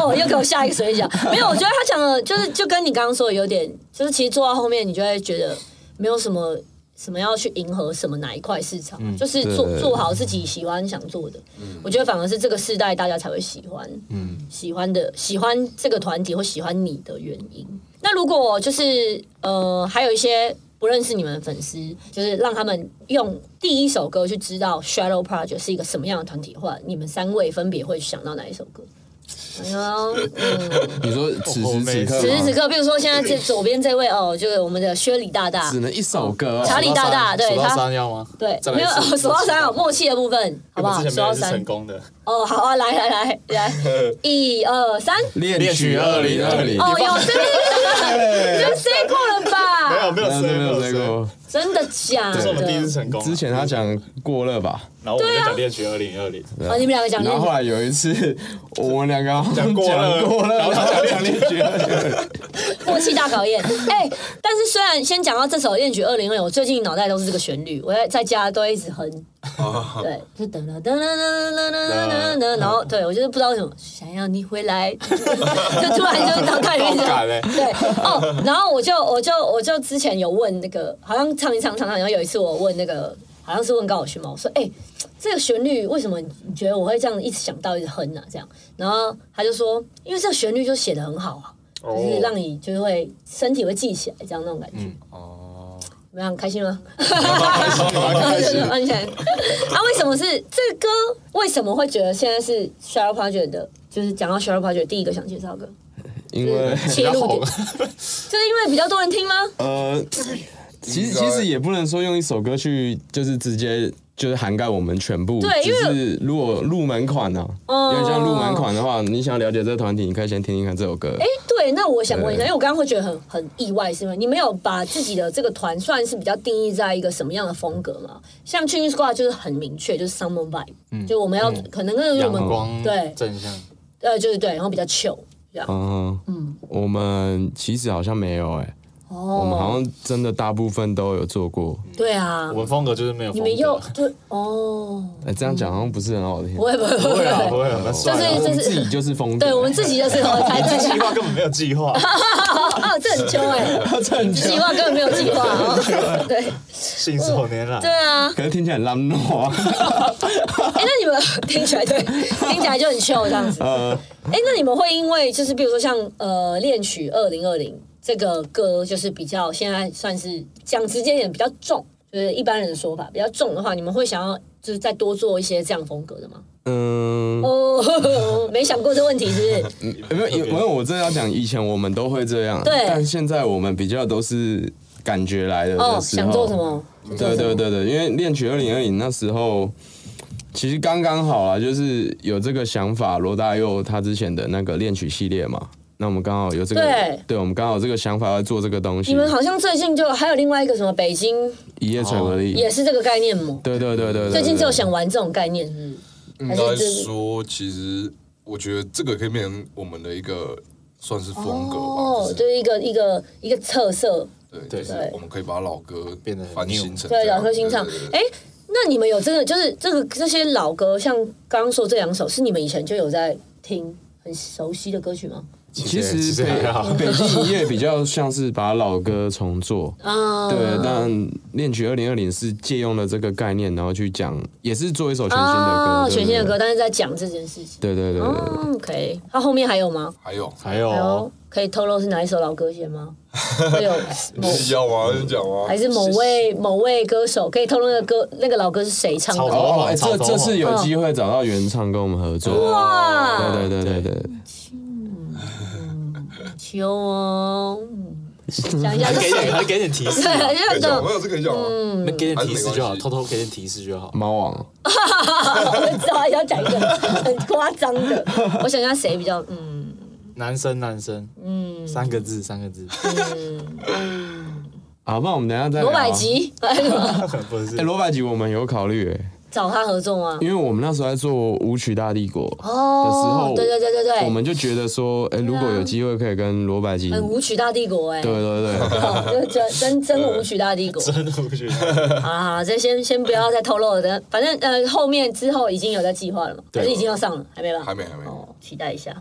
[SPEAKER 1] 哦，又给我下一个水饺。没有，我觉得他讲的，就是就跟你刚刚说的有点，就是其实做到后面，你就会觉得没有什么什么要去迎合什么哪一块市场，就是做
[SPEAKER 5] 嗯对嗯
[SPEAKER 1] 做好自己喜欢想做的。我觉得反而是这个世代大家才会喜欢，嗯，喜欢的喜欢这个团体或喜欢你的原因。那如果就是呃，还有一些。不认识你们的粉丝，就是让他们用第一首歌去知道 Shadow Project 是一个什么样的团体的话，你们三位分别会想到哪一首歌？哎呦，嗯，
[SPEAKER 5] 你
[SPEAKER 2] 哦
[SPEAKER 5] 说此时此刻 吗，
[SPEAKER 1] 此时此刻，比如说现在这左边这位哦，就是我们的薛礼大大
[SPEAKER 5] 只，能一首歌哦、
[SPEAKER 1] 查理大大，对
[SPEAKER 2] 数到
[SPEAKER 1] 他，
[SPEAKER 2] 三要吗？
[SPEAKER 1] 对，
[SPEAKER 2] 再来
[SPEAKER 1] 没
[SPEAKER 2] 一
[SPEAKER 1] 有
[SPEAKER 2] 次
[SPEAKER 1] 哦数到三有默契的部分，好不
[SPEAKER 2] 我
[SPEAKER 1] 好？
[SPEAKER 2] 们之
[SPEAKER 1] 数
[SPEAKER 2] 前没
[SPEAKER 1] 到
[SPEAKER 2] 有一次
[SPEAKER 1] 三
[SPEAKER 2] 成，功的，
[SPEAKER 1] 哦，好啊，来来来 来，一二三，
[SPEAKER 5] 恋曲二零二零，
[SPEAKER 1] 哦，有这 个，这 C 过了
[SPEAKER 2] 没有
[SPEAKER 1] 吧？
[SPEAKER 2] 没有
[SPEAKER 5] 没有没有
[SPEAKER 2] 没
[SPEAKER 5] 这
[SPEAKER 2] 有，
[SPEAKER 5] 个，
[SPEAKER 1] 真的假
[SPEAKER 2] 这是我们第一次
[SPEAKER 1] 的？
[SPEAKER 2] 成功啊。
[SPEAKER 5] 之前他讲过热吧。
[SPEAKER 2] 然后我们就讲恋曲二零二零，
[SPEAKER 1] 啊，你们两个讲
[SPEAKER 5] 然后
[SPEAKER 1] 练
[SPEAKER 5] 后来有一次，我们两个好像
[SPEAKER 2] 讲过了
[SPEAKER 5] 讲过了，
[SPEAKER 2] 然后他
[SPEAKER 5] 讲恋曲二零二零，
[SPEAKER 1] 默契大考验。哎、但是虽然先讲到这首《恋曲二零二》，我最近脑袋都是这个旋律，我在在家都会一直哼。对，就噔噔噔噔噔噔噔噔，然后对我就是不知道为什么想要你回来， 就突然就脑袋里面就
[SPEAKER 2] 好感欸
[SPEAKER 1] 对哦，然后我就我就我就之前有问那个，好像唱一唱唱唱，然后有一次我问那个。好像是问高晓勋嘛，我说哎、这个旋律为什么你觉得我会这样一直想到一直哼啊？这样，然后他就说，因为这个旋律就写的很好啊，就是让你就会身体会记起来，这样那种感觉。哦，怎么样？开心吗？开心，完全。啊，为什么是这个歌？为什么会觉得现在是 Shadow Project 的？就是讲到 Shadow Project 第一个想介绍的歌，
[SPEAKER 5] 因为
[SPEAKER 1] 切入点，就是因为比较多人听吗？
[SPEAKER 5] 呃，其实其实也不能说用一首歌去就是直接。就是涵盖我们全部，
[SPEAKER 1] 对因
[SPEAKER 5] 只
[SPEAKER 1] 为
[SPEAKER 5] 是如果入门款呢、
[SPEAKER 1] 哦
[SPEAKER 5] 啊，有点像入门款的话，你想要了解这个团体，你可以先听听看这首歌。
[SPEAKER 1] 哎，对，那我想问一下，因为我刚刚会觉得很很意外，是因为你没有把自己的这个团算是比较定义在一个什么样的风格嘛？像 Change Squad 就是很明确，就是 Summer Vibe，、就我们要、可能跟我
[SPEAKER 2] 阳
[SPEAKER 1] 们
[SPEAKER 2] 光
[SPEAKER 1] 对
[SPEAKER 2] 正向，
[SPEAKER 1] 呃就是对，然后比较 chill 这样。
[SPEAKER 5] 嗯，嗯，我们其实好像没有哎、我们好
[SPEAKER 1] 哦，
[SPEAKER 5] 像真的大部分都有做过。
[SPEAKER 1] 对啊
[SPEAKER 2] 我，们风格就是没有
[SPEAKER 1] 你
[SPEAKER 2] 风
[SPEAKER 1] 们又
[SPEAKER 2] 格。
[SPEAKER 1] 对哦，
[SPEAKER 5] 哎、这样讲好像不是很好听
[SPEAKER 1] 不。会不会不
[SPEAKER 2] 不会啊，不
[SPEAKER 1] 会，
[SPEAKER 2] 会啊，那
[SPEAKER 5] 对
[SPEAKER 2] 算
[SPEAKER 1] 就
[SPEAKER 5] 啊
[SPEAKER 1] 是
[SPEAKER 2] 了。
[SPEAKER 5] 我们
[SPEAKER 1] 就是
[SPEAKER 5] 自己就是风格，
[SPEAKER 1] 对我们自己就是我才自己
[SPEAKER 2] 计划根本没有计划，
[SPEAKER 1] 哦，这很凶哎，
[SPEAKER 5] 这很
[SPEAKER 1] 计划根本没有计划哦，对
[SPEAKER 2] 信手拈来
[SPEAKER 1] 对。啊，
[SPEAKER 5] 可是听起来很浪诺 啊。
[SPEAKER 1] 哎，那你们听起来对，听起来就很 chill 这样子。
[SPEAKER 5] 呃，
[SPEAKER 1] 哎，那你们会因为就是比如说像呃《恋曲二零二零》这个歌，就是比较现在算是讲直接一点比较重，就是一般人的说法比较重的话，你们会想要就是再多做一些这样风格的吗？
[SPEAKER 5] 嗯，
[SPEAKER 1] 哦， 没想过这问题是不是？
[SPEAKER 5] 没有，没有，我真的要讲，以前我们都会这样，
[SPEAKER 1] 对
[SPEAKER 5] 但现在我们比较都是感觉来
[SPEAKER 1] 哦，
[SPEAKER 5] 的。有时候
[SPEAKER 1] 想做什？么？
[SPEAKER 5] 对对对对，因为恋曲二零二零那时候，其实刚刚好啦，就是有这个想法。罗大佑他之前的那个恋曲系列嘛，那我们刚好有这个，
[SPEAKER 1] 对
[SPEAKER 5] 我们刚好有这个想法要做这个东西
[SPEAKER 1] 你。们好像最近就还有另外一个什么北京，
[SPEAKER 5] 一夜成而立
[SPEAKER 1] 也，是这个概念吗？
[SPEAKER 5] 对对对对嗯对，对
[SPEAKER 1] 最近就想玩这种概念，是不是
[SPEAKER 4] 应
[SPEAKER 1] 还
[SPEAKER 4] 该
[SPEAKER 1] 是这
[SPEAKER 4] 说，其实我觉得这个可以变成我们的一个算是风格吧，
[SPEAKER 1] 哦，
[SPEAKER 4] 就
[SPEAKER 1] 就是是一个一个一个特色，
[SPEAKER 4] 对，
[SPEAKER 2] 对
[SPEAKER 4] 就是我们可以把老歌
[SPEAKER 2] 变得很
[SPEAKER 4] 翻
[SPEAKER 2] new
[SPEAKER 4] 新成
[SPEAKER 1] 对，啊
[SPEAKER 4] 这样
[SPEAKER 1] 老歌新唱
[SPEAKER 4] 对对。对
[SPEAKER 1] 哎，那你们有真的就是这个这些老歌，像刚刚说这两首，是你们以前就有在听很熟悉的歌曲吗？
[SPEAKER 5] 其
[SPEAKER 2] 其
[SPEAKER 5] 实
[SPEAKER 2] 实还好
[SPEAKER 5] 北北京一夜比较像是把老歌重做，
[SPEAKER 1] 啊，
[SPEAKER 5] 对，但恋曲二零二零是借用了这个概念，然后去讲，也是做一首全新的歌，对
[SPEAKER 1] 哦全新的歌，，但是在讲这件事情。
[SPEAKER 5] 对对对对对对，
[SPEAKER 1] 哦 OK，它后面还有吗？
[SPEAKER 4] 还有
[SPEAKER 2] 还
[SPEAKER 1] 还
[SPEAKER 2] 有
[SPEAKER 5] 哦
[SPEAKER 1] 有，哎可以透露是哪一首老歌先 吗？会有某
[SPEAKER 4] 需 要吗？你讲吗？
[SPEAKER 1] 还是某位某位歌手可以透露那个歌那个老歌是谁唱的
[SPEAKER 2] 超
[SPEAKER 1] 吗？
[SPEAKER 2] 多
[SPEAKER 5] 哦，哎
[SPEAKER 2] 草
[SPEAKER 5] 这
[SPEAKER 2] 丛
[SPEAKER 5] 这次有机会找到原唱跟我们合作，
[SPEAKER 1] 哇，
[SPEAKER 5] 对对对对对，
[SPEAKER 1] 秋哦， 嗯想一下是
[SPEAKER 2] 给点，
[SPEAKER 1] 谁？
[SPEAKER 2] 还给点提 示，
[SPEAKER 1] 对，
[SPEAKER 4] 可
[SPEAKER 1] 就
[SPEAKER 4] 以讲
[SPEAKER 1] 懂
[SPEAKER 4] 吗？哦有这可以讲吗？
[SPEAKER 1] 嗯
[SPEAKER 2] 那给点提示就
[SPEAKER 4] 还是没关
[SPEAKER 2] 好，
[SPEAKER 4] 系
[SPEAKER 2] 偷偷给点提示就好。
[SPEAKER 5] 猫王，
[SPEAKER 1] 我知道要讲一个很夸张 的，我想一下谁比较嗯
[SPEAKER 2] 男生，男生，嗯，三个字，三个 字，
[SPEAKER 5] 好，不然我们等一下再聊
[SPEAKER 1] 罗
[SPEAKER 5] 啊
[SPEAKER 1] 百，吉，
[SPEAKER 2] 不是
[SPEAKER 5] 哎，罗百吉我们有考虑，哎
[SPEAKER 1] 找他合作吗？
[SPEAKER 5] 因为我们那时候在做舞曲大帝国嗯的时
[SPEAKER 1] 哦
[SPEAKER 5] 候，，
[SPEAKER 1] 对对对对对，啊
[SPEAKER 5] 我们就觉得说，哎，如果有机会可以跟罗百吉，
[SPEAKER 1] 很
[SPEAKER 5] 对
[SPEAKER 1] 舞曲大帝国哎，
[SPEAKER 5] 对 对。
[SPEAKER 1] 哦就真真真舞曲大帝国。
[SPEAKER 2] 真的不 觉得。
[SPEAKER 1] 好啦好啦，这先先不要再透露了， 等反正呃后面之后已经有在计划了嘛，
[SPEAKER 2] 对
[SPEAKER 1] 还是已经要上了，还没吧？
[SPEAKER 4] 还没还没
[SPEAKER 1] 哦，期待一下。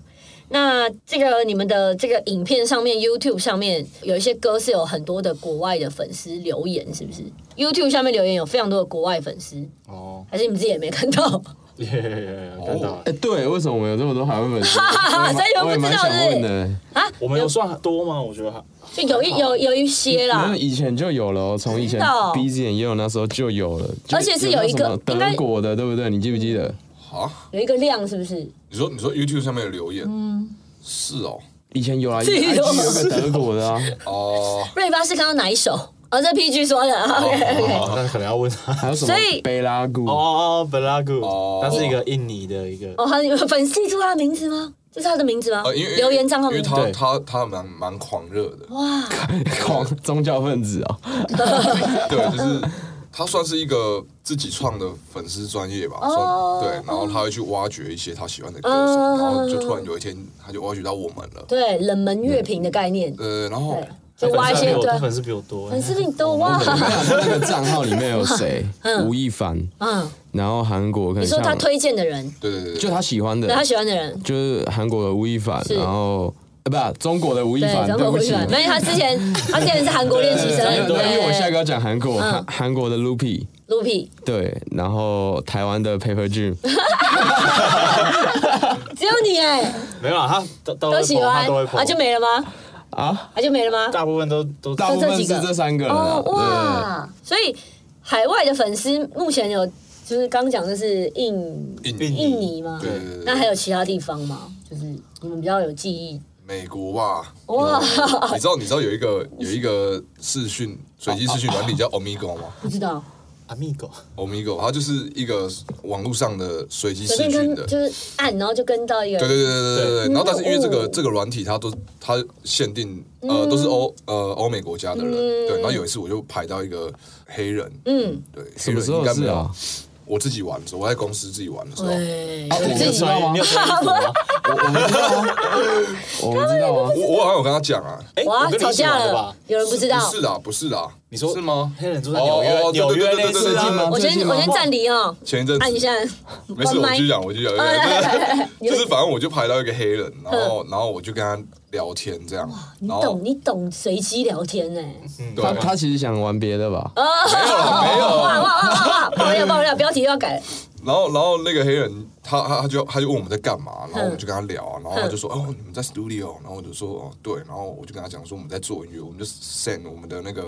[SPEAKER 1] 那这个你们的这个影片上面，YouTube 上面有一些歌是有很多的国外的粉丝留言，是不是？YouTube 下面留言有非常多的国外粉丝，
[SPEAKER 2] 哦，
[SPEAKER 1] 还是你们自己也没看到？
[SPEAKER 2] 耶耶耶，有看到了
[SPEAKER 4] 哦
[SPEAKER 5] 哎，对，为什么我们有这么多海外 粉丝？
[SPEAKER 1] 所以你
[SPEAKER 5] 我
[SPEAKER 1] 们
[SPEAKER 5] 也
[SPEAKER 1] 不
[SPEAKER 5] 蛮
[SPEAKER 1] 知道
[SPEAKER 5] 想
[SPEAKER 1] 是
[SPEAKER 5] 问
[SPEAKER 1] 不是
[SPEAKER 5] 的。
[SPEAKER 1] 啊？
[SPEAKER 2] 我们有算多吗？我觉得还
[SPEAKER 4] 哦
[SPEAKER 1] 就有一有有一些 啦
[SPEAKER 5] 那，以前就有了哦，从以前
[SPEAKER 1] 啊真的哦
[SPEAKER 5] B 眼也有那时候就有了，就
[SPEAKER 1] 而且是有一个
[SPEAKER 5] 那什么
[SPEAKER 1] 应该
[SPEAKER 5] 德国的，对不对？你记不记得？
[SPEAKER 4] 啊，
[SPEAKER 1] 有一个量是不是？
[SPEAKER 4] 你说你说 YouTube 上面的留言，
[SPEAKER 1] 嗯
[SPEAKER 4] 是哦，
[SPEAKER 5] 以前有啊，
[SPEAKER 1] 自己有
[SPEAKER 5] IG 有个德 国的啊，
[SPEAKER 4] 哦，
[SPEAKER 1] 瑞巴是看到哪一首？哦，这 PG 说 的。OK OK。
[SPEAKER 2] 哦，那可能要问 他。
[SPEAKER 5] 还有什么
[SPEAKER 1] 所以
[SPEAKER 5] 贝拉古
[SPEAKER 2] 哦，哦哦，本拉古
[SPEAKER 4] 哦，
[SPEAKER 2] 他是一个印尼的一个，
[SPEAKER 1] 哦，他有粉丝记住他的名字吗？这是他的名字吗
[SPEAKER 4] 呃，因为因？为
[SPEAKER 1] 留言账号
[SPEAKER 4] 因为
[SPEAKER 1] 名字。
[SPEAKER 4] 他
[SPEAKER 2] 对
[SPEAKER 4] 他他蛮蛮狂热的，
[SPEAKER 1] 哇，
[SPEAKER 5] 狂宗教分子啊，
[SPEAKER 4] 对，就是他算是一个自己创的粉丝专业吧，
[SPEAKER 1] 哦
[SPEAKER 4] 算对，然后他会去挖掘一些他喜欢的歌手，
[SPEAKER 1] 嗯
[SPEAKER 4] 然后就突然有一天他就挖掘到我们了，
[SPEAKER 1] 对，冷门乐评的概念，
[SPEAKER 4] 呃，然后
[SPEAKER 1] 对，就挖一些对
[SPEAKER 2] 哦粉丝比我多，
[SPEAKER 1] 粉丝比你多哇，
[SPEAKER 5] 那个账号里面有谁？吴亦凡，
[SPEAKER 1] 嗯，
[SPEAKER 5] 然后韩国可能
[SPEAKER 1] 你说
[SPEAKER 5] 像
[SPEAKER 1] 他推荐的人，
[SPEAKER 4] 对对对对，
[SPEAKER 5] 就他喜欢的
[SPEAKER 1] 对，他喜欢的人，
[SPEAKER 5] 就是韩国的吴亦凡，
[SPEAKER 1] 是
[SPEAKER 5] 然后呃不，中国的吴亦
[SPEAKER 1] 对，
[SPEAKER 5] 凡，
[SPEAKER 1] 中
[SPEAKER 5] 对
[SPEAKER 1] 国
[SPEAKER 5] 不
[SPEAKER 1] 吴亦
[SPEAKER 5] 起。
[SPEAKER 1] 凡，因为他之前他之前是韩国练习生，
[SPEAKER 5] 没有
[SPEAKER 1] 对，
[SPEAKER 5] 对因为我下一个要讲韩国，
[SPEAKER 1] 嗯
[SPEAKER 5] 韩韩国的 Loopy，
[SPEAKER 1] 卢比，
[SPEAKER 5] 对，然后台湾的 Paper Jim，
[SPEAKER 1] 只有你哎，
[SPEAKER 2] 没有啦，他都
[SPEAKER 1] 都喜欢
[SPEAKER 2] 他都会 po，
[SPEAKER 1] 啊，就没了吗？
[SPEAKER 5] 啊，
[SPEAKER 1] 啊，就没了吗？
[SPEAKER 2] 大部分都都
[SPEAKER 5] 大部分
[SPEAKER 1] 这几
[SPEAKER 5] 是
[SPEAKER 1] 个
[SPEAKER 5] 这三个人啊
[SPEAKER 1] 哦，哇，所以海外的粉丝目前有就是刚讲的是印
[SPEAKER 4] 印
[SPEAKER 2] 印
[SPEAKER 1] 印尼吗？
[SPEAKER 4] 对对对
[SPEAKER 1] 那还有其他地方吗？就是你们比较有记忆
[SPEAKER 4] 美国吧，
[SPEAKER 1] 哇，
[SPEAKER 4] 你知道你知道有一个有一个视讯水机视讯软体叫 Omigo 吗
[SPEAKER 1] 不知道，
[SPEAKER 2] 阿密狗，
[SPEAKER 4] ？Omigo 它就是一个网络上的随机视
[SPEAKER 1] 随便
[SPEAKER 4] 讯
[SPEAKER 1] 跟
[SPEAKER 4] 的，
[SPEAKER 1] 就是按，然后就跟到一个
[SPEAKER 4] 对对对对对对对。然后但是因为这
[SPEAKER 1] 哦
[SPEAKER 4] 个这个软体它都它限定呃都是欧
[SPEAKER 1] 嗯
[SPEAKER 4] 呃欧美国家的人，对。然后有一次我就排到一个黑人，
[SPEAKER 1] 嗯，
[SPEAKER 4] 对，
[SPEAKER 5] 什
[SPEAKER 4] 黑
[SPEAKER 5] 么
[SPEAKER 4] 人
[SPEAKER 5] 时
[SPEAKER 4] 应
[SPEAKER 5] 候
[SPEAKER 4] 该
[SPEAKER 5] 是
[SPEAKER 4] 没有
[SPEAKER 5] 啊？？
[SPEAKER 4] 我自己玩的时候，我在公司自己玩的时候，
[SPEAKER 1] 对，
[SPEAKER 5] 啊
[SPEAKER 1] 有
[SPEAKER 5] 我
[SPEAKER 1] 自
[SPEAKER 5] 们
[SPEAKER 1] 己
[SPEAKER 5] 知道吗
[SPEAKER 2] 你有穿衣服吗？
[SPEAKER 5] 我我们知道啊，我们知道啊，
[SPEAKER 4] 我我好像有跟他讲啊，
[SPEAKER 2] 哎，
[SPEAKER 1] 哇
[SPEAKER 2] 我跟你
[SPEAKER 1] 吵
[SPEAKER 2] 一起
[SPEAKER 1] 架
[SPEAKER 2] 玩的
[SPEAKER 1] 了
[SPEAKER 2] 吧？，
[SPEAKER 1] 有人不知道
[SPEAKER 4] 不，是啦，不是啦，
[SPEAKER 2] 你说
[SPEAKER 4] 是吗？
[SPEAKER 2] 黑人住在纽约
[SPEAKER 4] 哦哦，
[SPEAKER 2] 纽约
[SPEAKER 4] 对对
[SPEAKER 2] 那
[SPEAKER 4] 对对
[SPEAKER 2] 次
[SPEAKER 4] 对
[SPEAKER 5] 最近吗
[SPEAKER 2] 啊，
[SPEAKER 1] 我
[SPEAKER 5] 最
[SPEAKER 1] 先
[SPEAKER 5] 近吗
[SPEAKER 1] 我先暂停哦，
[SPEAKER 4] 前一阵
[SPEAKER 1] 按一
[SPEAKER 4] 子
[SPEAKER 1] 下，
[SPEAKER 4] 没事，我
[SPEAKER 1] 关
[SPEAKER 4] 继续讲，我 继续讲。
[SPEAKER 1] 哦来来来来来，
[SPEAKER 4] 就是
[SPEAKER 1] 有
[SPEAKER 4] 反正我就排到一个黑人，然后然后我就跟他聊天这样，
[SPEAKER 1] 你
[SPEAKER 4] 然后
[SPEAKER 1] 懂你懂随机聊天呢？
[SPEAKER 2] 嗯
[SPEAKER 4] 对
[SPEAKER 2] 啊
[SPEAKER 5] 他他其实想玩别的
[SPEAKER 1] 哦
[SPEAKER 5] 吧？
[SPEAKER 4] 没有啦没有
[SPEAKER 1] 哇
[SPEAKER 4] 啦，
[SPEAKER 1] 哇哇哇！爆料爆料，标题又要改了。
[SPEAKER 4] 然后然后那个黑人他他他就他就问我们在干嘛，然后我们就跟他聊啊，然后他就说哦你们在 studio，然后我就说哦对，然后我就跟他讲说我们在做音乐，我们就 send 我们的那个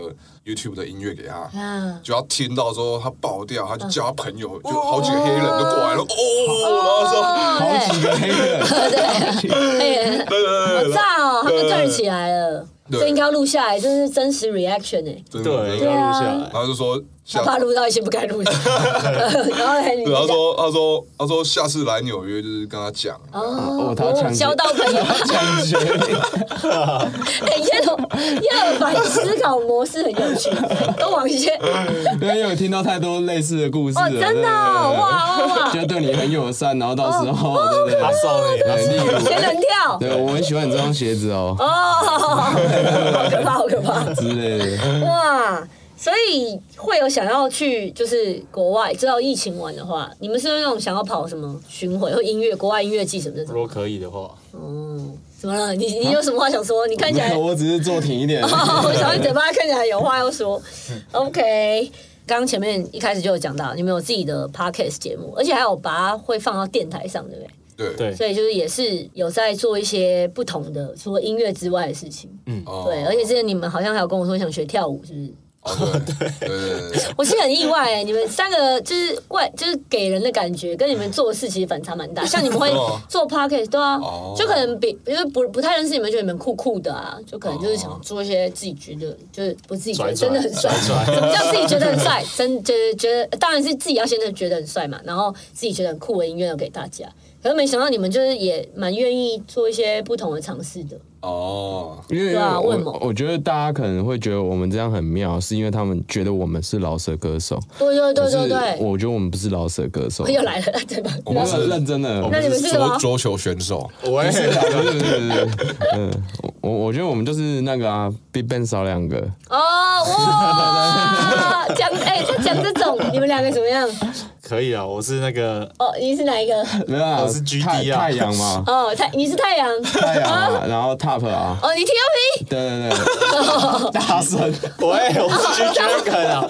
[SPEAKER 4] YouTube 的音乐给他。
[SPEAKER 1] 啊，
[SPEAKER 4] 就要听到说他爆掉，他就叫他朋友，就好几个黑人就过来了，哦，然后说
[SPEAKER 5] 好几个黑人，
[SPEAKER 1] 哎，
[SPEAKER 4] 对对
[SPEAKER 1] 好
[SPEAKER 4] 对
[SPEAKER 1] 炸哦，他们 turn 起来了，
[SPEAKER 4] 对
[SPEAKER 1] 这应该要录下来，这是真实 reaction 哎，
[SPEAKER 4] 对
[SPEAKER 2] 对，啊
[SPEAKER 4] 然
[SPEAKER 2] 要录下来
[SPEAKER 4] 后。他就说下
[SPEAKER 1] 他怕录到一些不该录的。然后嘞，你
[SPEAKER 4] 对，他
[SPEAKER 1] 讲
[SPEAKER 4] 说，他说，他说，下次来纽约就是跟他讲，
[SPEAKER 1] 哦
[SPEAKER 5] 哦他抢劫
[SPEAKER 1] 交到朋友，
[SPEAKER 5] 感觉
[SPEAKER 1] 哎，叶总，叶老板思考模式很有趣，都往一些
[SPEAKER 5] 因为有听到太多类似的故事了，
[SPEAKER 1] 哦，真的哦
[SPEAKER 5] 对
[SPEAKER 1] 哇哦哇哇，
[SPEAKER 5] 对对就对你很友善，然后到 时候对不对
[SPEAKER 2] 他送你，
[SPEAKER 5] 对？例如，
[SPEAKER 1] 仙人跳
[SPEAKER 5] 对我很喜欢你这双鞋子哦
[SPEAKER 1] 哦，好可怕，好可怕。
[SPEAKER 5] 之类的。
[SPEAKER 1] 哇，所以会有想要去就是国外，知道疫情玩的话，你们是不是那种想要跑什么巡回或音乐、国外音乐季什么的那
[SPEAKER 2] 如
[SPEAKER 1] 种？
[SPEAKER 2] 果可以的话，
[SPEAKER 1] 哦，怎么了？你你有什么话想说？你看起
[SPEAKER 5] 没
[SPEAKER 1] 来哦
[SPEAKER 5] 有，，我只是坐挺一点。
[SPEAKER 1] 我想你嘴巴看起来有话要说。OK，刚刚前面一开始就有讲到，你们有自己的 podcast 节目，而且还有把它会放到电台上，对不对？
[SPEAKER 4] 对
[SPEAKER 2] 对
[SPEAKER 1] 所以就是也是有在做一些不同的，除了音乐之外的事情。
[SPEAKER 4] 哦
[SPEAKER 1] 对，而且之前你们好像还有跟我说想学跳舞，是不是？
[SPEAKER 4] 哦对对对对，
[SPEAKER 1] 我是很意外、欸，你们三个就是怪，就是给人的感觉跟你们做的事其实反差蛮大。像你们会
[SPEAKER 4] 哦
[SPEAKER 1] 做 podcast，对啊
[SPEAKER 4] 哦，
[SPEAKER 1] 就可能比就是不不太认识你们，觉得你们酷酷的啊，就可能就是想做一些自己觉得就是不自己觉得
[SPEAKER 2] 拽拽
[SPEAKER 1] 真的很帅，什么叫自己觉得很帅？真就是觉得当然是自己要先觉得很帅嘛，然后自己觉得很酷的音乐要给大家。可是没想到你们就是也蛮愿意做一些不同的尝试的，
[SPEAKER 4] 哦，
[SPEAKER 5] 因为
[SPEAKER 1] 对啊为什么
[SPEAKER 5] 我我觉得大家可能会觉得我们这样很妙，是因为他们觉得我们是老舍歌手。
[SPEAKER 1] 对对对对哎
[SPEAKER 5] 可是
[SPEAKER 1] 对，
[SPEAKER 5] 我觉得我们不是老舍歌手。
[SPEAKER 1] 又来了，对吧？
[SPEAKER 5] 我们是认真的。
[SPEAKER 1] 那你们是什
[SPEAKER 4] 桌
[SPEAKER 1] 么？
[SPEAKER 4] 桌球选手，
[SPEAKER 2] 我也
[SPEAKER 5] 不是不是不是不是嗯，我我觉得我们就是那个啊，Big Bang 少 两个，
[SPEAKER 1] 哦哇，讲哎，他讲这种，你们两个怎么样？
[SPEAKER 2] 可以啊。我是那 个
[SPEAKER 1] 哦，你是哪一 个？，
[SPEAKER 5] 没有啊，
[SPEAKER 2] 我是 GD 啊
[SPEAKER 5] 太太阳嘛
[SPEAKER 1] 哦，太你是太阳。
[SPEAKER 5] 太阳啊，然后 Top 啊，
[SPEAKER 1] 哦，你 TOP
[SPEAKER 5] 对对对，大声，
[SPEAKER 2] 我也我是 G Dragon 啊，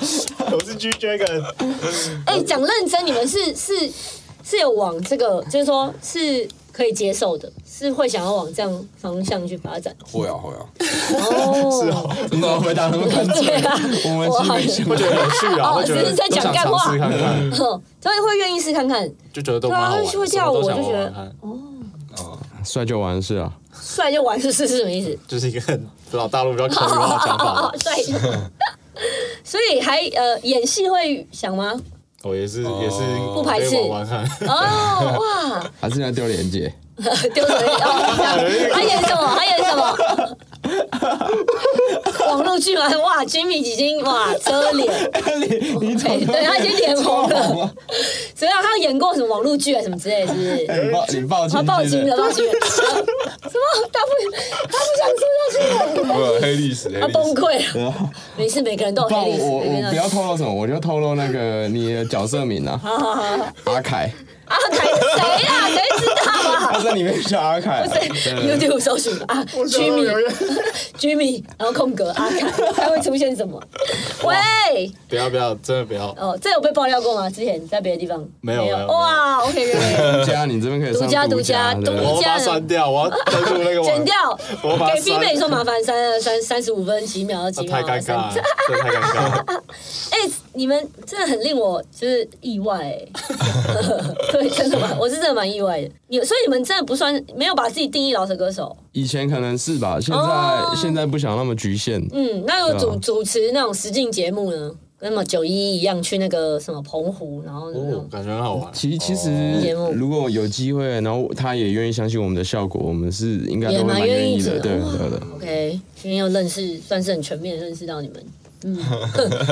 [SPEAKER 2] 我是 G Dragon。
[SPEAKER 1] 哎，讲认真，你们是是是有往这个，就是说是可以接受的，是会想要往这样方向去发展。
[SPEAKER 4] 会啊会啊，
[SPEAKER 1] 哦，
[SPEAKER 5] 你怎么回答那么干
[SPEAKER 1] 对
[SPEAKER 5] 脆？
[SPEAKER 1] 啊，
[SPEAKER 5] 我们
[SPEAKER 1] 我
[SPEAKER 5] 是
[SPEAKER 1] 好
[SPEAKER 5] 没什
[SPEAKER 2] 会
[SPEAKER 5] 么
[SPEAKER 2] 觉得有趣啊，
[SPEAKER 1] 哦
[SPEAKER 2] 会觉
[SPEAKER 1] 只
[SPEAKER 2] 得
[SPEAKER 1] 是在
[SPEAKER 2] 都
[SPEAKER 1] 讲
[SPEAKER 2] 想
[SPEAKER 1] 干
[SPEAKER 2] 尝
[SPEAKER 1] 话
[SPEAKER 2] 试看看，
[SPEAKER 1] 哦所以会愿意试看看，
[SPEAKER 2] 就觉得都蛮好玩
[SPEAKER 1] 对啊
[SPEAKER 2] 的，
[SPEAKER 1] 会跳舞
[SPEAKER 2] 什么
[SPEAKER 1] 我
[SPEAKER 2] 都
[SPEAKER 1] 就觉
[SPEAKER 2] 想
[SPEAKER 1] 得
[SPEAKER 2] 玩玩看，
[SPEAKER 5] 帅就完事啊，
[SPEAKER 1] 帅就完是是是什么 意思？
[SPEAKER 2] 就是一个很不知道大陆比较口语化的讲法啊
[SPEAKER 1] 哦，。帅就。所以还呃演戏会想吗？
[SPEAKER 2] 我也是也是
[SPEAKER 1] 不排斥
[SPEAKER 2] 可以玩玩看，
[SPEAKER 1] 哦哇，
[SPEAKER 5] 还是要丢脸姐，
[SPEAKER 1] 丢什么？哦他演什么？他演什么？网络剧完，哇，Jimmy 已经哇遮脸，
[SPEAKER 6] 你你怎
[SPEAKER 1] 对，
[SPEAKER 6] 么
[SPEAKER 1] 对他已经脸红
[SPEAKER 6] 超红
[SPEAKER 1] 了
[SPEAKER 6] 了。
[SPEAKER 1] 所以他有演过什么网络剧啊，什么之类，是不是？
[SPEAKER 6] 你报你报
[SPEAKER 1] 他
[SPEAKER 6] 警
[SPEAKER 1] 报警
[SPEAKER 6] 是不是
[SPEAKER 1] 了，报警了。什么？他不，他不想说下去了，
[SPEAKER 4] 没有黑历史，黑
[SPEAKER 2] 啊
[SPEAKER 1] 他
[SPEAKER 4] 历
[SPEAKER 1] 崩
[SPEAKER 4] 史。
[SPEAKER 1] 溃了。没事，每个人都有
[SPEAKER 6] 报
[SPEAKER 1] 黑历史，
[SPEAKER 6] 我
[SPEAKER 1] 每个
[SPEAKER 6] 我
[SPEAKER 1] 人都
[SPEAKER 6] 啊不
[SPEAKER 1] 有
[SPEAKER 6] 要透露什么，我就透露那个你的角色名啊，
[SPEAKER 1] 好好好好
[SPEAKER 6] 阿凯，
[SPEAKER 1] 啊，凯是谁呀？谁知道啊？
[SPEAKER 6] 他在里面叫阿
[SPEAKER 5] 啊
[SPEAKER 6] 凯，
[SPEAKER 1] YouTube 搜寻啊，Jimmy Jimmy，然后空格阿凯，它会出现什么？喂，
[SPEAKER 2] 不要不要，真的不 要。
[SPEAKER 1] 哦，这有被爆料过吗？之前在别的地方
[SPEAKER 2] 没有没有
[SPEAKER 1] 哇，OK，可以可以
[SPEAKER 6] 独家，你这边可以上
[SPEAKER 1] 独家
[SPEAKER 6] 独
[SPEAKER 1] 独家
[SPEAKER 6] 对
[SPEAKER 2] 我要把它删掉， 我要登录那个 网，
[SPEAKER 1] 剪掉，
[SPEAKER 2] 我把它
[SPEAKER 1] 给 B
[SPEAKER 2] 删
[SPEAKER 1] 妹说麻烦三三三十五分几秒到
[SPEAKER 2] 这
[SPEAKER 1] 几秒
[SPEAKER 2] 太尴尬
[SPEAKER 1] 三
[SPEAKER 2] 了，这太尴 尬了。
[SPEAKER 1] 哎，你们真的很令我就是意外哎， 对，真的蛮，我是真的蛮意外的。你所以你们真的不算没有把自己定义饶舌歌手，
[SPEAKER 5] 以前可能是吧，现在、
[SPEAKER 1] 哦
[SPEAKER 5] 现在不想那么局限。
[SPEAKER 1] 嗯，那有主
[SPEAKER 5] 对啊
[SPEAKER 1] 主持那种实境节目呢，跟什么九一一样去那个什么澎湖，然后那种
[SPEAKER 2] 哦，感觉很好玩。
[SPEAKER 5] 其其实
[SPEAKER 1] 节目
[SPEAKER 5] 如果有机会，然后他也愿意相信我们的效果，我们是应该
[SPEAKER 1] 也
[SPEAKER 5] 都会
[SPEAKER 1] 蛮
[SPEAKER 5] 蛮
[SPEAKER 1] 愿
[SPEAKER 5] 愿
[SPEAKER 1] 意
[SPEAKER 5] 意的，
[SPEAKER 1] 的
[SPEAKER 5] 对
[SPEAKER 1] 哇
[SPEAKER 5] 对的。
[SPEAKER 1] OK，今天又认识，算是很全面地认识到你们。 嗯，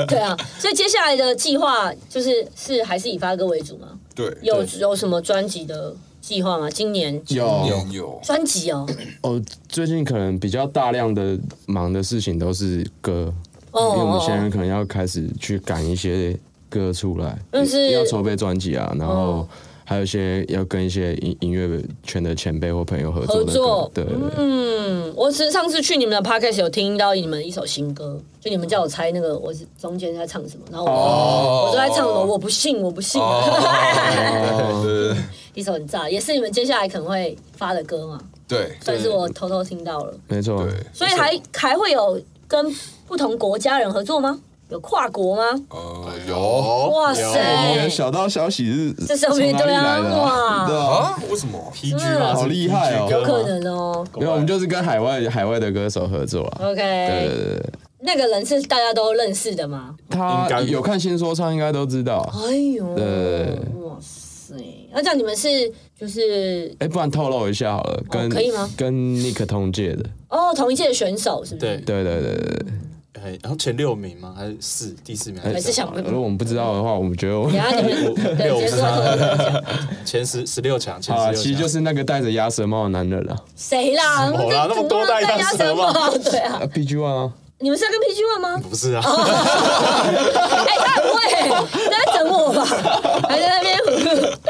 [SPEAKER 1] 对啊，所以接下来的计划就是是还是以发哥为主吗？
[SPEAKER 4] 对，
[SPEAKER 1] 有有什么专辑的计划吗？今年
[SPEAKER 6] 有
[SPEAKER 4] 年有
[SPEAKER 1] 专辑哦，
[SPEAKER 5] 哦，最近可能比较大量的忙的事情都是歌，
[SPEAKER 1] 哦
[SPEAKER 5] 因为
[SPEAKER 1] 哦
[SPEAKER 5] 我们
[SPEAKER 1] 哦
[SPEAKER 5] 现在可能要开始去赶一些歌出来，
[SPEAKER 1] 但是
[SPEAKER 5] 要筹备专辑啊，然
[SPEAKER 1] 哦
[SPEAKER 5] 后还有一些要跟一些音音乐圈的前辈或朋友合作
[SPEAKER 1] 合
[SPEAKER 5] 的
[SPEAKER 1] 作
[SPEAKER 5] 歌，对，对对
[SPEAKER 1] 嗯，我是上次去你们的 podcast 有听到你们一首新歌，就你们叫我猜那个我是中间在唱什么，然后我、我都在唱什么，我不信，我不信，
[SPEAKER 4] 哦
[SPEAKER 5] 哦
[SPEAKER 4] 啊对
[SPEAKER 1] 一首很炸，也是你们接下来可能会发的歌嘛，
[SPEAKER 4] 对
[SPEAKER 1] 算是我偷偷听到了，
[SPEAKER 5] 没错
[SPEAKER 4] 对，对，
[SPEAKER 1] 所以还还会有跟不同国家人合作吗？有跨国吗？
[SPEAKER 4] 呃有
[SPEAKER 1] 哇
[SPEAKER 5] 哦
[SPEAKER 6] 我们
[SPEAKER 1] 塞
[SPEAKER 6] 的，小道消息是
[SPEAKER 1] 这上面
[SPEAKER 6] 从哪
[SPEAKER 1] 对
[SPEAKER 6] 里来
[SPEAKER 1] 啊，
[SPEAKER 6] 的啊？对
[SPEAKER 1] 哇，
[SPEAKER 6] 啊，
[SPEAKER 4] 啊？为什么？
[SPEAKER 2] PG 吗？
[SPEAKER 6] 好厉害哦
[SPEAKER 1] 有可能哦。
[SPEAKER 5] 因为我们就是跟海外海外的歌手合作啊，对
[SPEAKER 1] OK，
[SPEAKER 5] 对对对，
[SPEAKER 1] 那个人是大家都认识的吗？
[SPEAKER 5] 他
[SPEAKER 2] 应该
[SPEAKER 5] 有看新说唱应该都知道，
[SPEAKER 1] 哎呦，
[SPEAKER 5] 对
[SPEAKER 1] 哇塞！那这样你们是就是
[SPEAKER 5] 哎，不然透露一下好了，跟
[SPEAKER 1] 哦可以吗
[SPEAKER 5] 跟 Nick 同届的，
[SPEAKER 1] 哦同一届的选手是不是？
[SPEAKER 2] 对，
[SPEAKER 5] 对对对对对，
[SPEAKER 2] 哎然后前六名吗？还是四？第四名？
[SPEAKER 1] 还是 想不
[SPEAKER 5] 如果我们不知道的话，我们觉得我们
[SPEAKER 1] 等一下你们对
[SPEAKER 2] 六
[SPEAKER 1] 直接说透露一下
[SPEAKER 2] 前十十六强，前
[SPEAKER 5] 啊，
[SPEAKER 2] 十
[SPEAKER 5] 其实就是那个戴着鸭舌帽的男人了
[SPEAKER 1] 谁啦？
[SPEAKER 2] 么啦
[SPEAKER 1] 这
[SPEAKER 2] 那么多代
[SPEAKER 1] 大家
[SPEAKER 2] 当什么
[SPEAKER 1] 对啊，
[SPEAKER 5] 啊，BG One 啊，
[SPEAKER 1] 你们是要跟 PG One 吗？
[SPEAKER 2] 不是啊，
[SPEAKER 1] 哎，他很会，他在整我吧？ 还在那边，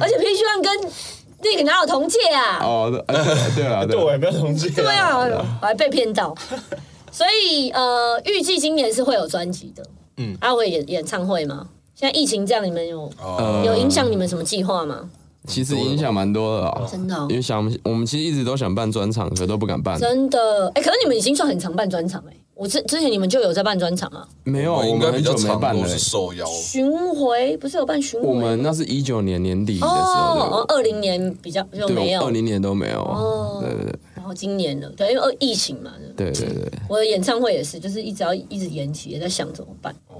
[SPEAKER 1] 而且 PG One 跟那个哪有同届啊？
[SPEAKER 5] 哦，呃对 了对了，
[SPEAKER 2] 也没有统计。
[SPEAKER 1] 对啊，我还被骗到。所以呃，预计今年是会有专辑的，嗯
[SPEAKER 2] 嗯，
[SPEAKER 1] 阿伟演演唱会吗？现在疫情这样，你们有
[SPEAKER 2] 哦
[SPEAKER 5] 呃
[SPEAKER 1] 有影响你们什么计划吗？
[SPEAKER 5] 其实影响蛮多的啊，
[SPEAKER 1] 真的哦
[SPEAKER 5] 因为想我们其实一直都想办专场，可都不敢办。
[SPEAKER 1] 真的，哎、可是你们已经算很常办专场哎、我之之前你们就有在办专场啊，
[SPEAKER 5] 没有，
[SPEAKER 4] 我
[SPEAKER 5] 我
[SPEAKER 4] 应该
[SPEAKER 5] 们
[SPEAKER 4] 比
[SPEAKER 5] 很
[SPEAKER 4] 较
[SPEAKER 5] 久没
[SPEAKER 4] 常
[SPEAKER 5] 办
[SPEAKER 4] 都
[SPEAKER 5] 了
[SPEAKER 4] 是
[SPEAKER 5] 欸。
[SPEAKER 4] 受邀，
[SPEAKER 1] 巡回不是有办巡回？
[SPEAKER 5] 我们那是一九年年底的时
[SPEAKER 1] 哦
[SPEAKER 5] 候，，
[SPEAKER 1] 二零年比较就
[SPEAKER 5] 对
[SPEAKER 1] 没
[SPEAKER 5] 对，
[SPEAKER 1] 有
[SPEAKER 5] 二，零年都没有。
[SPEAKER 1] 哦
[SPEAKER 5] 对对
[SPEAKER 1] 然后今年了，对，因为二疫情嘛，
[SPEAKER 5] 对对对对，
[SPEAKER 1] 我的演唱会也是，就是一直要一直延期，也在想怎么办。
[SPEAKER 4] 哦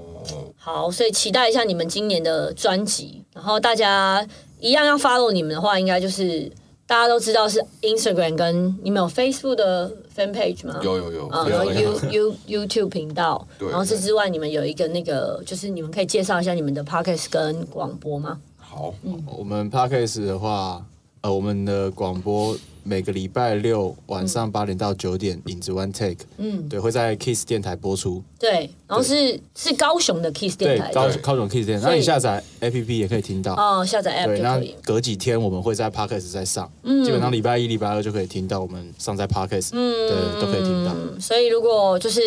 [SPEAKER 1] 好，所以期待一下你们今年的专辑，然后大家一样要 follow 你们的话，应该就是大家都知道是 Instagram 跟你们有 Facebook 的 fan page 吗？
[SPEAKER 4] 有有有
[SPEAKER 1] 啊，
[SPEAKER 2] 嗯
[SPEAKER 1] 然后
[SPEAKER 4] 有有
[SPEAKER 1] You You YouTube 频道，
[SPEAKER 4] 对
[SPEAKER 1] 然后这之外，你们有一个那个，就是你们可以介绍一下你们的 podcast 跟广播吗？
[SPEAKER 4] 好，
[SPEAKER 2] 我们 podcast 的话，呃，我们的广播每个礼拜六晚上八点到九点，影子 One Take，嗯，对，会在 Kiss 电台播出，
[SPEAKER 1] 对，然后是是高雄的 Kiss 电
[SPEAKER 2] 对
[SPEAKER 1] 台，，
[SPEAKER 2] 高
[SPEAKER 1] 对
[SPEAKER 2] 高雄 Kiss 电台，
[SPEAKER 1] 所以
[SPEAKER 2] 那你下载 APP 也可以听到。
[SPEAKER 1] 哦，下载 app
[SPEAKER 2] 对，
[SPEAKER 1] 就
[SPEAKER 2] 那
[SPEAKER 1] 可以。嗯
[SPEAKER 2] 隔几天我们会在 podcast 再上，基本上礼拜一、礼拜二就可以听到我们上在 podcast，对，都可以听到。
[SPEAKER 1] 嗯，所以如果就是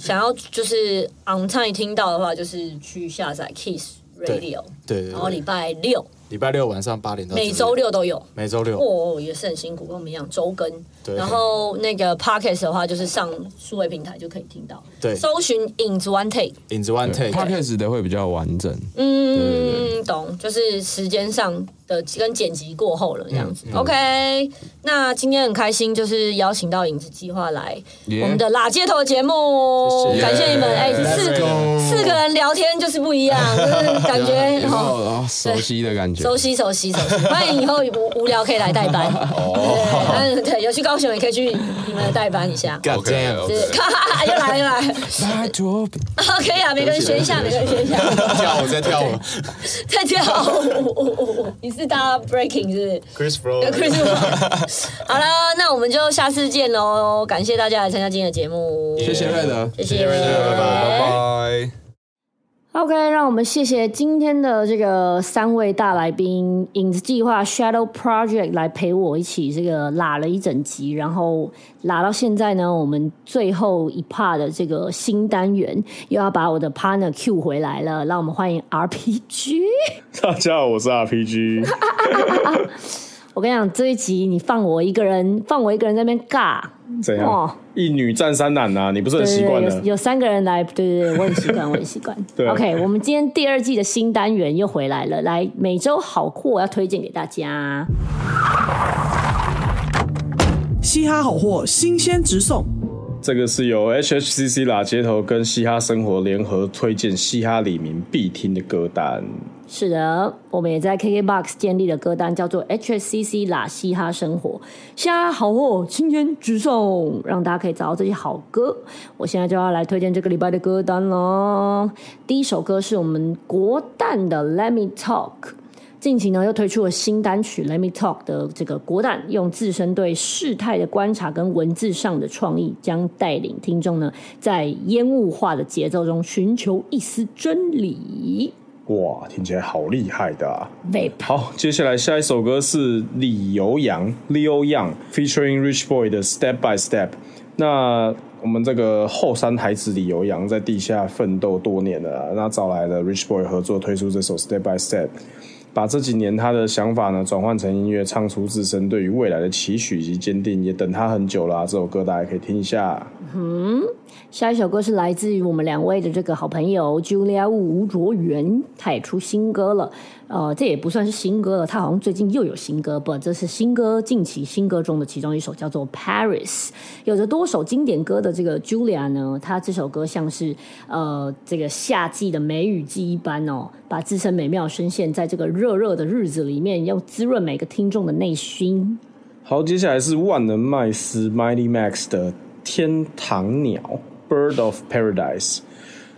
[SPEAKER 1] 想要就是 on time 听到的话，就是去下载 Kiss
[SPEAKER 2] 对
[SPEAKER 1] Radio，
[SPEAKER 2] 对对
[SPEAKER 1] 然后礼
[SPEAKER 2] 对，
[SPEAKER 1] 拜六
[SPEAKER 2] 礼拜六晚上八点到9点
[SPEAKER 1] 每周，六都有。
[SPEAKER 2] 每周六，
[SPEAKER 1] 哦，也是很辛苦，跟我们一样周更。
[SPEAKER 2] 对
[SPEAKER 1] 然后那个 podcast 的话，就是上数位平台就可以听到。
[SPEAKER 2] 对
[SPEAKER 1] 搜寻影子 One Take。
[SPEAKER 2] 影子 One
[SPEAKER 5] 对
[SPEAKER 2] Take，
[SPEAKER 5] ，podcast 的会比较完整。
[SPEAKER 1] 嗯，懂，就是时间上的跟剪辑过后了，这样子。OK，那今天很开心，就是邀请到影子计划来
[SPEAKER 5] Yeah
[SPEAKER 1] 我们的拉街头节目，
[SPEAKER 2] 谢谢
[SPEAKER 1] 感谢你们。哎，四
[SPEAKER 2] go
[SPEAKER 1] 四个人聊天就是不一样，就是感觉
[SPEAKER 5] 然
[SPEAKER 1] 好。
[SPEAKER 5] 后然后哦熟悉的感觉，
[SPEAKER 1] 熟悉熟悉熟悉，欢迎以后无无聊可以来代班，对，但对，有去高雄也可以去你们的代班一下。
[SPEAKER 2] God
[SPEAKER 3] OK，
[SPEAKER 2] damn！
[SPEAKER 1] 是又来又来
[SPEAKER 5] 拜托，
[SPEAKER 1] ，OK 啊，每个人学一下，每个人学一下。
[SPEAKER 2] 跳舞 在跳舞
[SPEAKER 1] 在跳舞，你是搭 breaking 是
[SPEAKER 2] ，Chris
[SPEAKER 1] 不是
[SPEAKER 2] Bro，
[SPEAKER 1] ？Chris Rock 好了，那我们就下次见喽！感谢大家来参加今天的节目，
[SPEAKER 5] 谢谢瑞德。
[SPEAKER 1] 谢谢，
[SPEAKER 2] 拜拜。
[SPEAKER 4] 拜。
[SPEAKER 1] OK，让我们谢谢今天的这个三位大来宾，影子计划 Shadow Project 来陪我一起这个拉了一整集，然后拉到现在呢，我们最后一 part 的这个新单元又要把我的 partner Q 回来了，让我们欢迎 RPG。
[SPEAKER 7] 大家好，我 是 RPG。
[SPEAKER 1] 我跟你讲，这一集你放我一个人，放我一个人在那边尬，
[SPEAKER 7] 怎样？
[SPEAKER 1] 哦
[SPEAKER 7] 一女战三男呐、你不是很
[SPEAKER 1] 对
[SPEAKER 7] 习惯
[SPEAKER 1] 对
[SPEAKER 7] 的？
[SPEAKER 1] 对，有有三个人来，对 对对，我很习惯，我很习惯。
[SPEAKER 7] 对
[SPEAKER 1] OK，我们今天第二季的新单元又回来了，来每周好货要推荐给大家。
[SPEAKER 8] 嘻哈好货新鲜直送，
[SPEAKER 7] 这个是由 HHCC 啦街头跟嘻哈生活联合推荐嘻哈里民必听的歌单。
[SPEAKER 1] 是的，我们也在 KKBOX 建立了歌单，叫做 HSCC 啦嘻哈生活，嘻哈好货今天直送，让大家可以找到这些好歌。我现在就要来推荐这个礼拜的歌单喽。第一首歌是我们国蛋的 Let Me Talk。近期呢，又推出了新单曲《Let Me Talk》的这个国蛋，用自身对事态的观察跟文字上的创意，将带领听众呢，在烟雾化的节奏中寻求一丝真理。
[SPEAKER 7] 哇，听起来好厉害的、啊！
[SPEAKER 1] Vape
[SPEAKER 7] 好，接下来下一首歌是李由阳 （Leo Yang） featuring Rich Boy 的《Step by Step》。那我们这个后山孩子李由阳在地下奋斗多年了啊、那找来了 Rich Boy 合作推出这首《Step by Step》，把这几年他的想法呢转换成音乐，唱出自身对于未来的期许以及坚定，也等他很久了啊、这首歌大家可以听一下。
[SPEAKER 1] 下一首歌是来自于我们两位的这个好朋友 Julia Wu 吴卓源，他也出新歌了。呃，这也不算是新歌了，他好像最近又有新歌，不，这是新歌近期新歌中的其中一首，叫做《Paris》。有着多首经典歌的这个 Julia 呢，她这首歌像是呃这个夏季的梅雨季一般哦，把自身美妙的声线在这个热热的日子里面，要滋润每个听众的内心。
[SPEAKER 7] 好，接下来是万能麦斯 Mighty Max 的《天堂鸟》（Bird of Paradise）。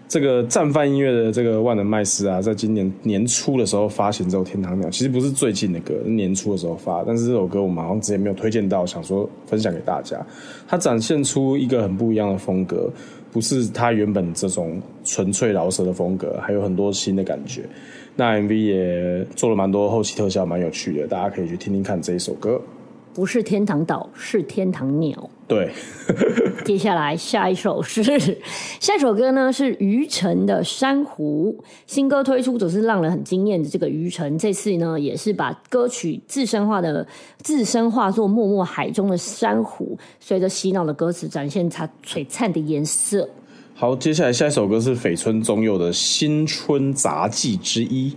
[SPEAKER 7] 这个战犯音乐的这个万能麦斯啊，在今年年初的时候发行这首《天堂鸟》，其实不是最近的歌，是年初的时候发，但是这首歌我们好像之前没有推荐到，想说分享给大家。它展现出一个很不一样的风格，不是它原本这种纯粹饶舌的风格，还有很多新的感觉。那 MV 也做了蛮多后期特效，蛮有趣的，大家可以去听听看这一首歌。
[SPEAKER 1] 不是天堂岛，是天堂鸟。
[SPEAKER 7] 对，
[SPEAKER 1] 接下来下一首是 下一首歌呢是于晨的《珊瑚》，新歌推出总是让人很惊艳的。这个于晨这次呢也是把歌曲自身化的自身化作默默海中的珊瑚，随着洗脑的歌词展现它璀璨的颜色。
[SPEAKER 7] 好，接下来下一首歌是绯村中佑的《新春杂技之一》。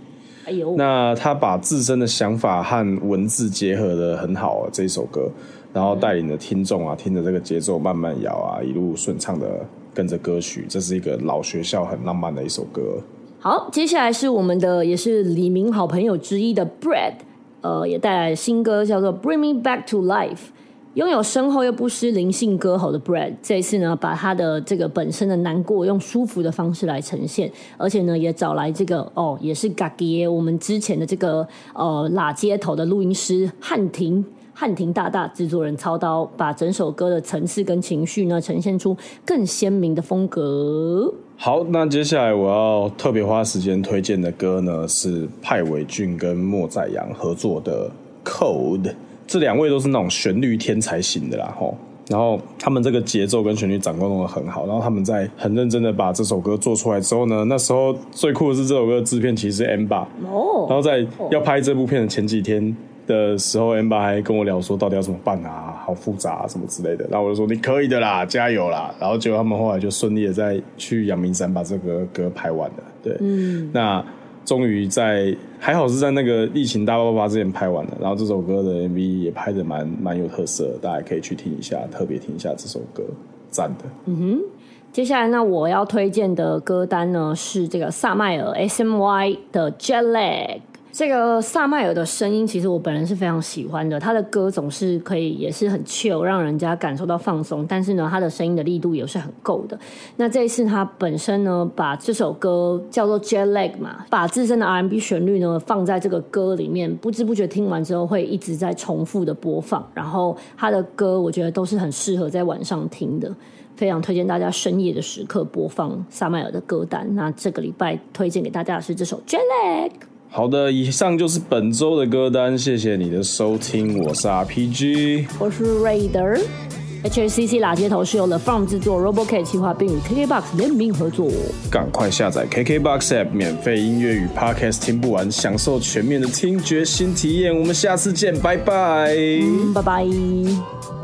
[SPEAKER 1] 哎呦，
[SPEAKER 7] 那他把自身的想法和文字结合的很好啊，这一首歌，然后带领着听众啊，听着这个节奏慢慢摇啊，一路顺畅的跟着歌曲，这是一个老学校很浪漫的一首歌。
[SPEAKER 1] 好，接下来是我们的也是李明好朋友之一的 Bread，呃，也带来新歌叫做《Bring Me Back to Life》。拥有深厚又不失灵性歌喉的 Bread，这一次呢，把他的这个本身的难过用舒服的方式来呈现，而且呢，也找来这个哦，也是 g a g i 我们之前的这个呃拉街头的录音师汉庭。汉庭大大制作人操刀，把整首歌的层次跟情绪呢，呈现出更鲜明的风格。
[SPEAKER 7] 好，那接下来我要特别花时间推荐的歌呢，是派伟俊跟莫宰阳合作的《Code》，这两位都是那种旋律天才型的啦，吼。然后他们这个节奏跟旋律掌控弄得很好，然后他们在很认真的把这首歌做出来之后呢，那时候最酷的是这首歌的制片其实是 M 八，
[SPEAKER 1] 哦，
[SPEAKER 7] 然后在要拍这部片的前几天的时候，M 八还跟我聊说到底要怎么办啊，好复杂、啊、什么之类的。然后我就说你可以的啦，加油啦。然后结果他们后来就顺利的在去阳明山把这个歌拍完了。对，嗯，那终于在还好是在那个疫情大爆发之前拍完了，然后这首歌的 MV 也拍的蛮蛮有特色的，大家可以去听一下，特别听一下这首歌，赞的。
[SPEAKER 9] 接下来，那我要推荐的歌单呢是这个萨麦尔 S M Y 的 Jet Lag。这个萨麦尔的声音，其实我本人是非常喜欢的。他的歌总是可以，也是很 chill，让人家感受到放松。但是呢，他的声音的力度也是很够的。那这一次他本身呢，把这首歌叫做 Jet Lag 嘛，把自身的 R&B 旋律呢放在这个歌里面，不知不觉听完之后会一直在重复的播放。然后他的歌，我觉得都是很适合在晚上听的。非常推荐大家深夜的时刻播放萨麦尔的歌单。那这个礼拜推荐给大家的是这首《j e l a g
[SPEAKER 7] 好的，以上就是本周的歌单，谢谢你的收听，我是 RPG，
[SPEAKER 9] 我是 Raider。HCC 拉街头是由 The Farm 制作，RoboCat 企划，并与 KKBox 联名合作。
[SPEAKER 7] 赶快下载 KKBOX App 免费音乐与 Podcast 听不完，享受全面的听觉新体验，我们下次见，拜拜。
[SPEAKER 9] 嗯拜拜。